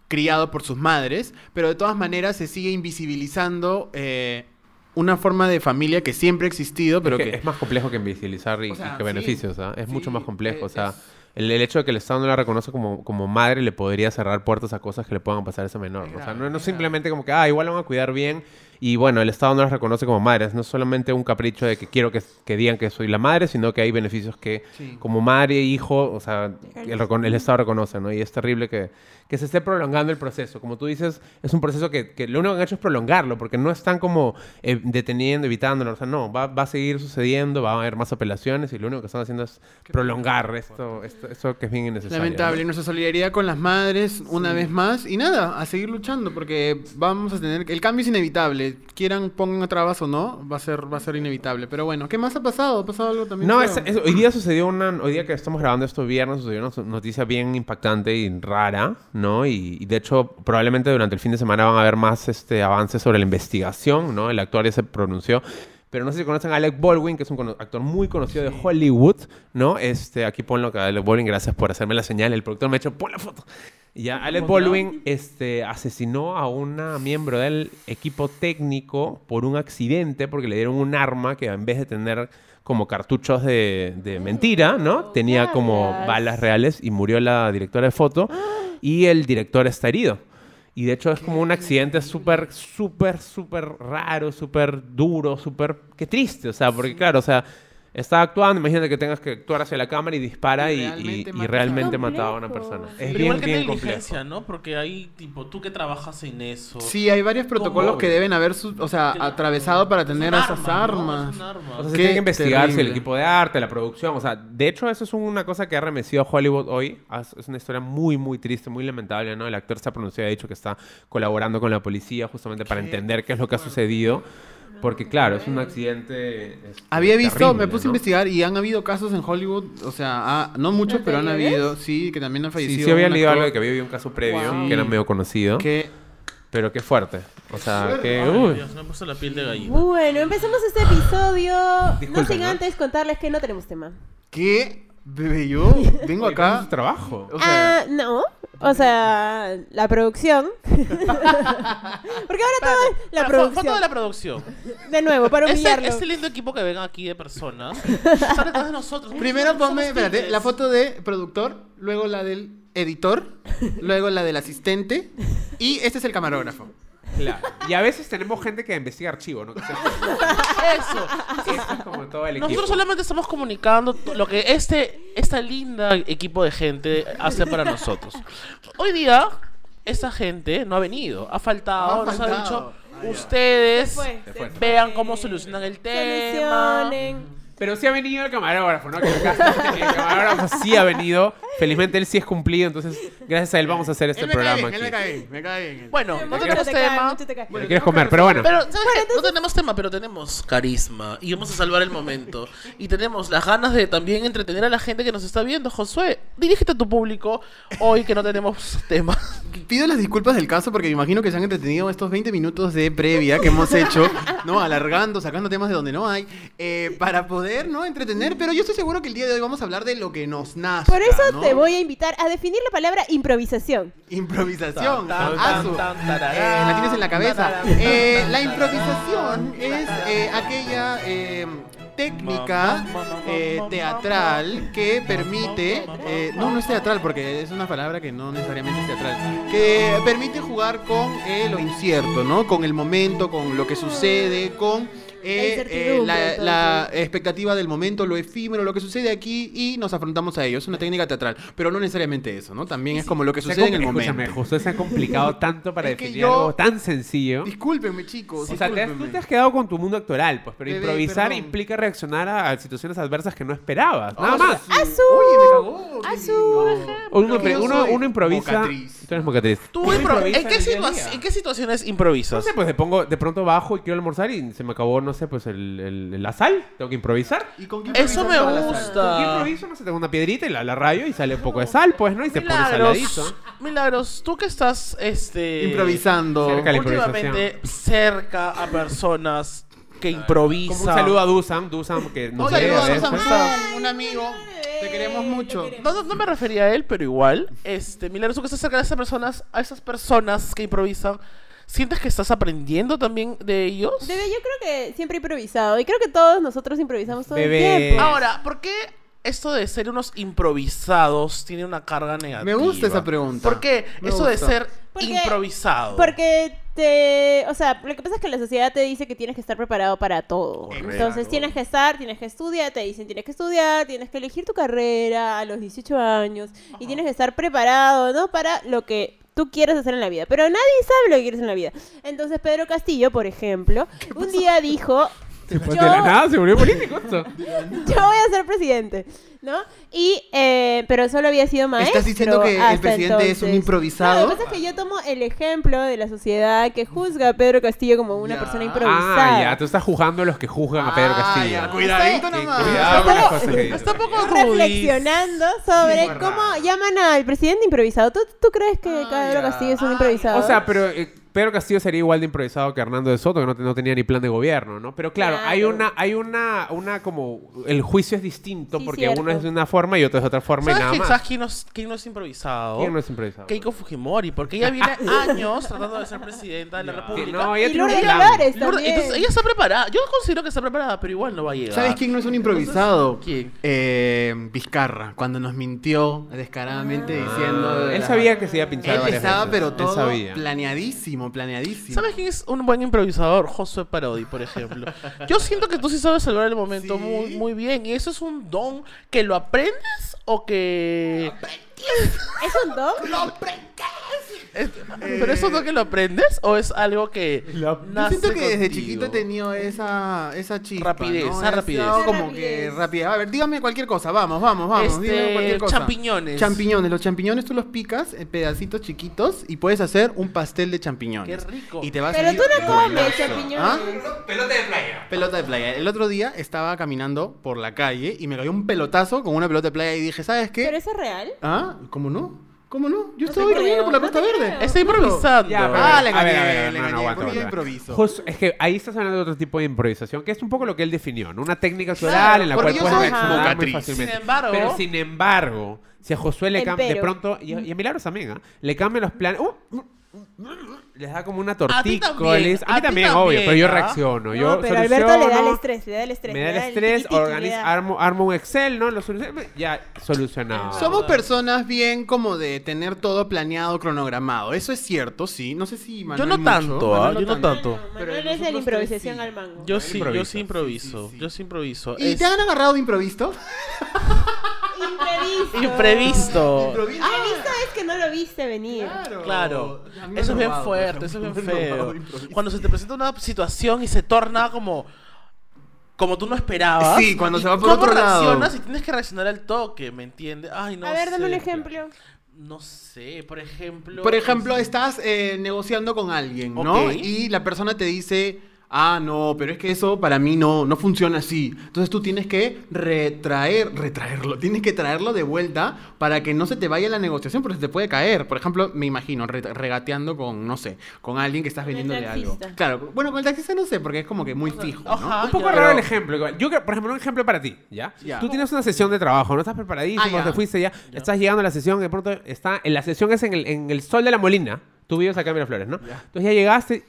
Speaker 1: criado por sus madres, pero de todas maneras se sigue invisibilizando eh, una forma de familia que siempre ha existido, pero
Speaker 2: Es
Speaker 1: que...
Speaker 2: que es más complejo que invisibilizar y,
Speaker 1: O sea,
Speaker 2: y
Speaker 1: sí.
Speaker 2: que beneficios, ¿ah? Es
Speaker 1: Sí,
Speaker 2: mucho más complejo. O
Speaker 1: eh,
Speaker 2: sea,
Speaker 1: es-
Speaker 2: el, el hecho de que el Estado no la reconoce como, como madre le podría cerrar puertas a cosas que le puedan pasar a ese menor.
Speaker 1: Es
Speaker 2: o sea,
Speaker 1: grave,
Speaker 2: no, no
Speaker 1: es
Speaker 2: simplemente como que, ah, igual la van a cuidar bien y bueno, el Estado no las reconoce como madres. No es solamente un capricho de que quiero que, que digan que soy la madre, sino que hay beneficios que
Speaker 1: Sí.
Speaker 2: como madre, e hijo, o sea, el, recon- el Estado reconoce, ¿no? Y es terrible que, que se esté prolongando el proceso. Como tú dices, es un proceso que, que lo único que han hecho es prolongarlo, porque no están como eh, deteniendo, evitándolo. O sea, no, va, va a seguir sucediendo, va a haber más apelaciones y lo único que están haciendo es prolongar esto, esto, esto que es bien innecesario.
Speaker 1: Lamentable,
Speaker 2: ¿no?
Speaker 1: nuestra solidaridad con las madres una vez más y nada, a seguir luchando porque vamos a tener el cambio es inevitable, quieran pongan trabas o no, va a ser va a ser inevitable, pero bueno, ¿qué más ha pasado? ¿Ha pasado algo también?
Speaker 2: No,
Speaker 1: feo?
Speaker 2: es- es- hoy día sucedió una... Hoy día que estamos grabando esto viernes sucedió una so- noticia bien impactante y rara, ¿no? Y, y de hecho, probablemente durante el fin de semana van a haber más este, avances sobre la investigación, ¿no? El actor ya se pronunció. Pero no sé si conocen a Alec Baldwin, que es un cono- actor muy conocido de Hollywood, ¿no? Este, aquí ponlo acá, Alec Baldwin, gracias por hacerme la señal. El productor me ha hecho, pon la foto. Y ya, Alec Baldwin este, asesinó a una miembro del equipo técnico por un accidente porque le dieron un arma que en vez de tener como cartuchos de, de mentira, ¿no? Tenía como
Speaker 3: Diablas.
Speaker 2: balas reales y murió la directora de foto y el director está herido. Y de hecho es como un accidente súper, súper, súper raro, súper duro, súper... Qué triste, o sea, porque claro, o sea, está actuando, imagínate que tengas que actuar hacia la cámara y dispara
Speaker 1: Y
Speaker 2: y, y- y
Speaker 1: realmente matas a-
Speaker 2: realmente, mataba a una
Speaker 3: Complejo.
Speaker 2: persona.
Speaker 1: Sí.
Speaker 2: Es
Speaker 4: Pero
Speaker 2: bien,
Speaker 4: igual que
Speaker 2: bien
Speaker 4: negligencia,
Speaker 2: complejo.
Speaker 4: ¿no? Porque hay, tipo, tú que trabajas en eso.
Speaker 1: Sí, hay varios protocolos
Speaker 4: ¿Cómo?
Speaker 1: que deben haber, su- o sea,
Speaker 4: Claro.
Speaker 1: atravesado para
Speaker 4: Es un
Speaker 1: tener
Speaker 4: arma,
Speaker 1: esas
Speaker 4: ¿no?
Speaker 1: armas.
Speaker 4: Es un arma.
Speaker 2: O sea, se
Speaker 1: Qué
Speaker 2: tiene que investigar si el
Speaker 1: terrible.
Speaker 2: equipo de arte, la producción, o sea, de hecho eso es una cosa que ha remecido a Hollywood hoy. As- Es una historia muy, muy triste, muy lamentable, ¿no? El actor se ha pronunciado y ha dicho que está colaborando con la policía justamente para entender qué es lo que ha sucedido. Porque claro, es un accidente... este,
Speaker 1: Había visto, me
Speaker 2: terrible,
Speaker 1: puse a
Speaker 2: ¿no?
Speaker 1: investigar y han habido casos en Hollywood, o sea, ah, no muchos, pero han
Speaker 3: ¿Anteriores?
Speaker 1: habido, sí, que también han
Speaker 2: Sí,
Speaker 1: fallecido.
Speaker 2: sí había
Speaker 1: un
Speaker 2: leído
Speaker 1: actor
Speaker 2: algo de que había habido un caso previo
Speaker 1: Wow.
Speaker 2: que era medio conocido.
Speaker 1: que-
Speaker 2: Pero qué fuerte. O sea, que...
Speaker 4: Ay,
Speaker 2: uy.
Speaker 4: Dios, me puso la piel de gallina.
Speaker 3: Bueno, empezamos este episodio. no
Speaker 2: Disculpen,
Speaker 3: sin
Speaker 2: ¿no?
Speaker 3: antes contarles que no tenemos tema.
Speaker 1: ¿Qué? Bebé,
Speaker 2: [laughs]
Speaker 1: yo vengo
Speaker 2: Oye, ¿cuál es
Speaker 1: acá.
Speaker 2: su trabajo.
Speaker 1: O sea-
Speaker 3: ah, no. O sea, la producción. Porque ahora todo es la
Speaker 4: Pero fue- fue
Speaker 3: producción.
Speaker 4: toda la producción.
Speaker 3: De nuevo, para humillarlo.
Speaker 4: Ese, ese lindo equipo que ven aquí de personas
Speaker 3: [laughs]
Speaker 4: están detrás de nosotros.
Speaker 1: Primero
Speaker 4: Somos
Speaker 1: ponme, espérate,
Speaker 4: tigres.
Speaker 1: la foto de productor, luego la del [laughs] editor, luego la del asistente y este es el camarógrafo.
Speaker 2: Claro. Y a veces tenemos gente que investiga archivos, ¿no? Que
Speaker 1: [laughs]
Speaker 2: se-
Speaker 4: Eso.
Speaker 2: Eso es como todo el equipo.
Speaker 4: Nosotros solamente estamos comunicando t- lo que este esta linda equipo de gente hace para nosotros. Hoy día esa gente no ha venido, ha faltado,
Speaker 1: Ha
Speaker 4: nos ha
Speaker 1: faltado.
Speaker 4: dicho
Speaker 1: Ah, ya.
Speaker 4: ustedes
Speaker 3: Se fue, Pues, se
Speaker 2: fue.
Speaker 4: vean cómo solucionan el tema.
Speaker 3: Solucionen.
Speaker 2: Pero sí ha venido el camarógrafo, ¿no? Que acá está- el camarógrafo sí ha venido. Felizmente él sí es cumplido, entonces gracias a él vamos a hacer este
Speaker 1: Él me cae
Speaker 2: programa
Speaker 1: bien, él me
Speaker 2: aquí.
Speaker 1: cae bien, me cae bien.
Speaker 4: Bueno, no
Speaker 3: Mucho
Speaker 4: tenemos
Speaker 3: te cae,
Speaker 4: tema.
Speaker 3: mucho te cae.
Speaker 2: Te quieres comer, pero bueno.
Speaker 4: Pero, ¿sabes qué? No tenemos tema, pero tenemos carisma. Y vamos a salvar el momento. Y tenemos las ganas de también entretener a la gente que nos está viendo. Josué, dirígete a tu público hoy que no tenemos [laughs] tema.
Speaker 1: Pido las disculpas del caso porque me imagino que se han entretenido estos 20 minutos de previa que hemos [laughs] hecho, ¿no? Alargando, sacando temas de donde no hay, eh, para poder, ¿no? Entretener, pero yo estoy seguro que el día de hoy vamos a hablar de lo que nos nace.
Speaker 3: Por eso te voy a invitar a definir la palabra improvisación.
Speaker 1: Improvisación.
Speaker 4: Tan, tan,
Speaker 1: asu.
Speaker 4: tan, tararán.
Speaker 1: Eh, la tienes en la cabeza.
Speaker 4: Tararán,
Speaker 1: Eh,
Speaker 4: tararán,
Speaker 1: la
Speaker 4: tararán,
Speaker 1: improvisación
Speaker 4: tararán,
Speaker 1: es
Speaker 4: tararán.
Speaker 1: eh, aquella eh, técnica eh, teatral que permite. eh, no, no es teatral porque es una palabra que no necesariamente es teatral. Que permite jugar con eh, lo incierto, ¿no? Con el momento, con lo que sucede, con eh,
Speaker 3: incertidumbre,
Speaker 1: eh, la,
Speaker 3: entonces.
Speaker 1: la expectativa del momento, lo efímero, lo que sucede aquí y nos afrontamos a ello. Es una técnica teatral, pero no necesariamente eso, ¿no? También es como lo que
Speaker 2: Se ha
Speaker 1: sucede en el
Speaker 2: compli- escúchame,
Speaker 1: momento.
Speaker 2: José, se ha complicado tanto para
Speaker 1: Es que
Speaker 2: definir
Speaker 1: yo-
Speaker 2: algo tan sencillo.
Speaker 1: Discúlpenme, chicos.
Speaker 2: O sea, te has, tú
Speaker 1: discúlpenme.
Speaker 2: te has quedado con tu mundo actoral, pues, pero
Speaker 1: Bebé,
Speaker 2: improvisar
Speaker 1: perdón.
Speaker 2: implica reaccionar a, a situaciones adversas que no esperabas. Nada
Speaker 1: Ah,
Speaker 2: más.
Speaker 1: sí.
Speaker 3: Azul.
Speaker 1: Oye, me cagó. qué
Speaker 3: Azul,
Speaker 1: lindo.
Speaker 3: ajá.
Speaker 1: Pero
Speaker 2: Uno, impre-
Speaker 1: yo
Speaker 2: uno-
Speaker 1: soy
Speaker 2: uno improvisa.
Speaker 1: mocatriz.
Speaker 2: Tú eres mocatriz.
Speaker 4: ¿Tú
Speaker 2: Uno
Speaker 4: impro-
Speaker 2: improvisa
Speaker 4: ¿En, qué
Speaker 2: el día a
Speaker 4: situa-
Speaker 2: día.
Speaker 4: ¿En qué situaciones
Speaker 2: No
Speaker 4: improvisas?
Speaker 2: sé, pues le pongo, de pronto bajo y quiero almorzar y se me acabó, no sé, pues el, el- la sal. Tengo que improvisar.
Speaker 1: ¿Y con quién
Speaker 4: Eso me
Speaker 1: improvisas toda la sala?
Speaker 2: ¿Qué
Speaker 4: gusta.
Speaker 2: improviso? No sé, tengo una piedrita y la, la rayo y sale un poco de sal, pues, ¿no? Y se pone saladito.
Speaker 4: Milagros, Milagros, tú que estás este
Speaker 1: Improvisando.
Speaker 2: Cerca de la
Speaker 4: últimamente cerca a personas que improvisan.
Speaker 2: Como un saludo a Dusan, Dusan que nos
Speaker 1: Oye,
Speaker 2: ve,
Speaker 1: saludos,
Speaker 2: a ver,
Speaker 1: Dusan.
Speaker 2: pues.
Speaker 1: Ay, un amigo. Te queremos mucho.
Speaker 4: No, no, no me refería a él, pero igual, este, Milagros, tú que estás cerca de esas personas, a esas personas que improvisan, ¿sientes que estás aprendiendo también de ellos?
Speaker 3: Bebé, yo creo que siempre he improvisado. Y creo que todos nosotros improvisamos todo
Speaker 2: Bebé.
Speaker 3: el tiempo.
Speaker 4: Ahora, ¿por qué esto de ser unos improvisados tiene una carga negativa?
Speaker 1: Me gusta esa pregunta.
Speaker 4: ¿Por qué
Speaker 1: Me
Speaker 4: eso de
Speaker 1: gusta.
Speaker 4: ser
Speaker 3: Porque-
Speaker 4: improvisado?
Speaker 3: Porque te. O sea, lo que pasa es que la sociedad te dice que tienes que estar preparado para todo.
Speaker 4: Correcto.
Speaker 3: Entonces tienes que estar, tienes que estudiar, te dicen tienes que estudiar, tienes que elegir tu carrera a los 18 años y tienes que estar preparado, ¿no? Para lo que tú quieres hacer en la vida. Pero nadie sabe lo que quieres en la vida. Entonces Pedro Castillo, por ejemplo, un día dijo.
Speaker 2: Pues
Speaker 3: "Yo
Speaker 2: de la nada se volvió político esto.
Speaker 3: yo voy a ser presidente, ¿no? Y, eh, pero solo había sido maestro.
Speaker 1: ¿Estás diciendo que el
Speaker 3: hasta
Speaker 1: presidente es un
Speaker 3: entonces.
Speaker 1: improvisado?
Speaker 3: No, lo que pasa es que yo tomo el ejemplo de la sociedad que juzga a Pedro Castillo como una
Speaker 1: Ya.
Speaker 3: persona improvisada.
Speaker 2: Ah, ya, tú estás juzgando a los que juzgan a Pedro
Speaker 1: Ah,
Speaker 2: Castillo.
Speaker 1: ya, Cuidadito
Speaker 2: Qué
Speaker 1: nomás.
Speaker 2: Cuidado con las cosas que dices.
Speaker 4: Está un poco
Speaker 3: Reflexionando sobre cómo llaman al presidente improvisado. ¿Tú, tú crees que Pedro Castillo es un improvisado?
Speaker 2: O sea, pero eh, Pedro Castillo sería igual de improvisado que Hernando de Soto, que no, te- no tenía ni plan de gobierno, ¿no? Pero claro, hay
Speaker 3: Claro.
Speaker 2: una, hay una, una como el juicio es distinto
Speaker 3: Sí,
Speaker 2: porque
Speaker 3: cierto.
Speaker 2: uno es de una forma y otro es de otra forma y
Speaker 4: ¿Sabes,
Speaker 2: nada
Speaker 4: quién,
Speaker 2: más.
Speaker 4: sabes quién no es, quién no es improvisado?
Speaker 2: ¿Quién no es improvisado?
Speaker 4: Keiko Fujimori, porque ella [laughs] viene años tratando de ser presidenta de la
Speaker 2: Que
Speaker 4: República.
Speaker 2: no, ella
Speaker 3: y
Speaker 2: tiene un
Speaker 3: Lourdes
Speaker 2: plan.
Speaker 3: Dolores
Speaker 4: Lourdes-
Speaker 3: también.
Speaker 4: entonces, ella está preparada. Yo considero que está preparada, pero igual no va a llegar.
Speaker 1: ¿Sabes quién no es un improvisado?
Speaker 4: Entonces, ¿quién?
Speaker 1: Eh, Vizcarra, cuando nos mintió descaradamente diciendo.
Speaker 2: Ah,
Speaker 1: de
Speaker 2: Él
Speaker 1: la-
Speaker 2: sabía que se iba a pinchar
Speaker 1: Él
Speaker 2: varias
Speaker 1: estaba,
Speaker 2: veces.
Speaker 1: pero
Speaker 2: Él
Speaker 1: todo
Speaker 2: sabía.
Speaker 1: planeadísimo, planeadísimo.
Speaker 4: ¿Sabes quién es un buen improvisador? Josué Parodi, por ejemplo. Yo siento que tú sí sabes salvar el momento
Speaker 1: Sí.
Speaker 4: muy, muy bien. Y eso es un don que lo aprendes o que.
Speaker 3: ¿Es un don?
Speaker 1: Eh,
Speaker 4: Es- Pero eso no que lo aprendes o es algo que.
Speaker 2: Lo-
Speaker 1: Yo
Speaker 4: nace
Speaker 1: siento que desde
Speaker 4: contigo?
Speaker 1: chiquito he tenido esa, esa chispa.
Speaker 4: Rapidez,
Speaker 1: ¿no?
Speaker 4: esa
Speaker 1: He
Speaker 4: rapidez.
Speaker 1: sido
Speaker 3: Esa
Speaker 1: como
Speaker 3: rapidez.
Speaker 1: que rapidez. A ver, dígame cualquier cosa. Vamos, vamos, vamos.
Speaker 4: Este,
Speaker 1: dígame cualquier cosa.
Speaker 4: champiñones.
Speaker 1: Champiñones. Los champiñones tú los picas en pedacitos chiquitos y puedes hacer un pastel de champiñones.
Speaker 4: Qué rico.
Speaker 1: Y te va a
Speaker 3: Pero
Speaker 1: salir
Speaker 3: tú no comes,
Speaker 1: buenazo. ¿Ah?
Speaker 3: champiñones.
Speaker 1: Pelota de playa. El otro día estaba caminando por la calle y me cayó un pelotazo con una pelota de playa y dije, ¿sabes qué?
Speaker 3: ¿Pero eso es real?
Speaker 1: ¿Ah? ¿Cómo no? ¿Cómo no? Yo
Speaker 3: No
Speaker 1: estaba
Speaker 3: te
Speaker 1: caminando
Speaker 3: creo,
Speaker 1: por la
Speaker 3: no
Speaker 1: Costa
Speaker 3: te
Speaker 1: Verde.
Speaker 3: creo.
Speaker 4: Está improvisando.
Speaker 2: Ya, pero-
Speaker 1: Ah, le
Speaker 2: a ver, a ver,
Speaker 1: engañé,
Speaker 2: a ver,
Speaker 1: le
Speaker 2: no, no,
Speaker 1: engañé,
Speaker 2: aguanta,
Speaker 1: porque yo
Speaker 2: aguanta.
Speaker 1: improviso.
Speaker 2: Justo, es que ahí estás hablando de otro tipo de improvisación, que es un poco lo que él definió, ¿no? Una técnica actoral
Speaker 1: Claro,
Speaker 2: en la
Speaker 1: porque
Speaker 2: cual
Speaker 1: yo
Speaker 2: puedes
Speaker 1: soy
Speaker 2: reaccionar muy
Speaker 1: mocatriz.
Speaker 2: fácilmente.
Speaker 4: Sin embargo-
Speaker 2: Pero sin embargo, si a Josué le cambia, de
Speaker 3: Empero.
Speaker 2: pronto, y a, y a Milagros también, ¿ah? Le cambian los planes. ¡Uh! Les da como una
Speaker 4: A ti
Speaker 2: tortícolis.
Speaker 4: también,
Speaker 2: A mí
Speaker 4: a ti
Speaker 2: también, obvio,
Speaker 4: también,
Speaker 2: pero yo
Speaker 4: ¿ah?
Speaker 2: reacciono. yo
Speaker 3: no, pero Alberto le da el
Speaker 2: soluciono,
Speaker 3: estrés, le da el estrés.
Speaker 2: Me
Speaker 3: le
Speaker 2: da el
Speaker 3: tiqui,
Speaker 2: estrés,
Speaker 3: tiqui, le
Speaker 2: organizo,
Speaker 3: da-
Speaker 2: armo, armo un Excel, ¿no? Lo soluciono. Ya,
Speaker 4: Ah,
Speaker 2: solucionado.
Speaker 1: Somos personas bien como de tener todo planeado, cronogramado. Eso es cierto, sí. No sé si Manuel
Speaker 4: no
Speaker 1: mucho.
Speaker 4: tanto, ¿ah?
Speaker 1: Manuel
Speaker 4: Yo no tanto.
Speaker 3: No,
Speaker 1: Pero
Speaker 3: Manuel es de la
Speaker 1: nosotros
Speaker 3: improvisación
Speaker 1: tres sí.
Speaker 3: al mango.
Speaker 4: Yo sí, yo
Speaker 2: Improvisa,
Speaker 4: sí improviso.
Speaker 1: sí, sí.
Speaker 4: Yo sí improviso.
Speaker 1: ¿Y
Speaker 4: Es-
Speaker 1: te han agarrado de improvisto?
Speaker 3: Imprevisto.
Speaker 1: [laughs]
Speaker 3: Ah.
Speaker 4: Imprevisto.
Speaker 1: Improviso.
Speaker 3: Imprevisto es que no lo viste venir.
Speaker 4: Claro,
Speaker 1: A mí me
Speaker 4: eso
Speaker 1: han
Speaker 4: es bien
Speaker 1: robado,
Speaker 4: fuerte, eso
Speaker 1: por
Speaker 4: es bien
Speaker 1: ejemplo. [laughs] Me han robado
Speaker 4: feo.
Speaker 1: de improviso.
Speaker 4: Cuando se te presenta una situación y se torna como como tú no esperabas.
Speaker 1: Sí, cuando
Speaker 4: ¿y
Speaker 1: se va por
Speaker 4: cómo
Speaker 1: otro lado?
Speaker 4: reaccionas y tienes que reaccionar al toque, ¿me entiendes? Ay, no
Speaker 3: a ver, dame un
Speaker 4: sé.
Speaker 3: ejemplo.
Speaker 4: No sé, por ejemplo.
Speaker 1: Por ejemplo,
Speaker 4: este-
Speaker 1: estás eh, negociando con alguien, ¿no?
Speaker 4: Ok.
Speaker 1: Y la persona te dice, ah, no, pero es que eso para mí no, no funciona así. Entonces tú tienes que retraer, retraerlo, tienes que traerlo de vuelta para que no se te vaya la negociación porque se te puede caer. Por ejemplo, me imagino re- regateando con, no sé, con alguien que estás
Speaker 3: Con el
Speaker 1: vendiéndole algo.
Speaker 3: taxista.
Speaker 1: Claro, bueno, con el taxista no sé porque es como que muy fijo, ¿no?
Speaker 4: Ajá,
Speaker 2: Un poco
Speaker 4: ya.
Speaker 2: raro el
Speaker 1: Pero-
Speaker 2: ejemplo. igual. Yo, creo- por ejemplo, un ejemplo para ti, ¿ya?
Speaker 1: Ah, Ya.
Speaker 2: Tú tienes una sesión de trabajo, no estás preparadísimo,
Speaker 1: Ah, ya.
Speaker 2: te fuiste ya, estás llegando a la sesión, de pronto está, en la sesión es en el, en el sol de la molina, tú vives acá en Miraflores, ¿no? Entonces ya llegaste,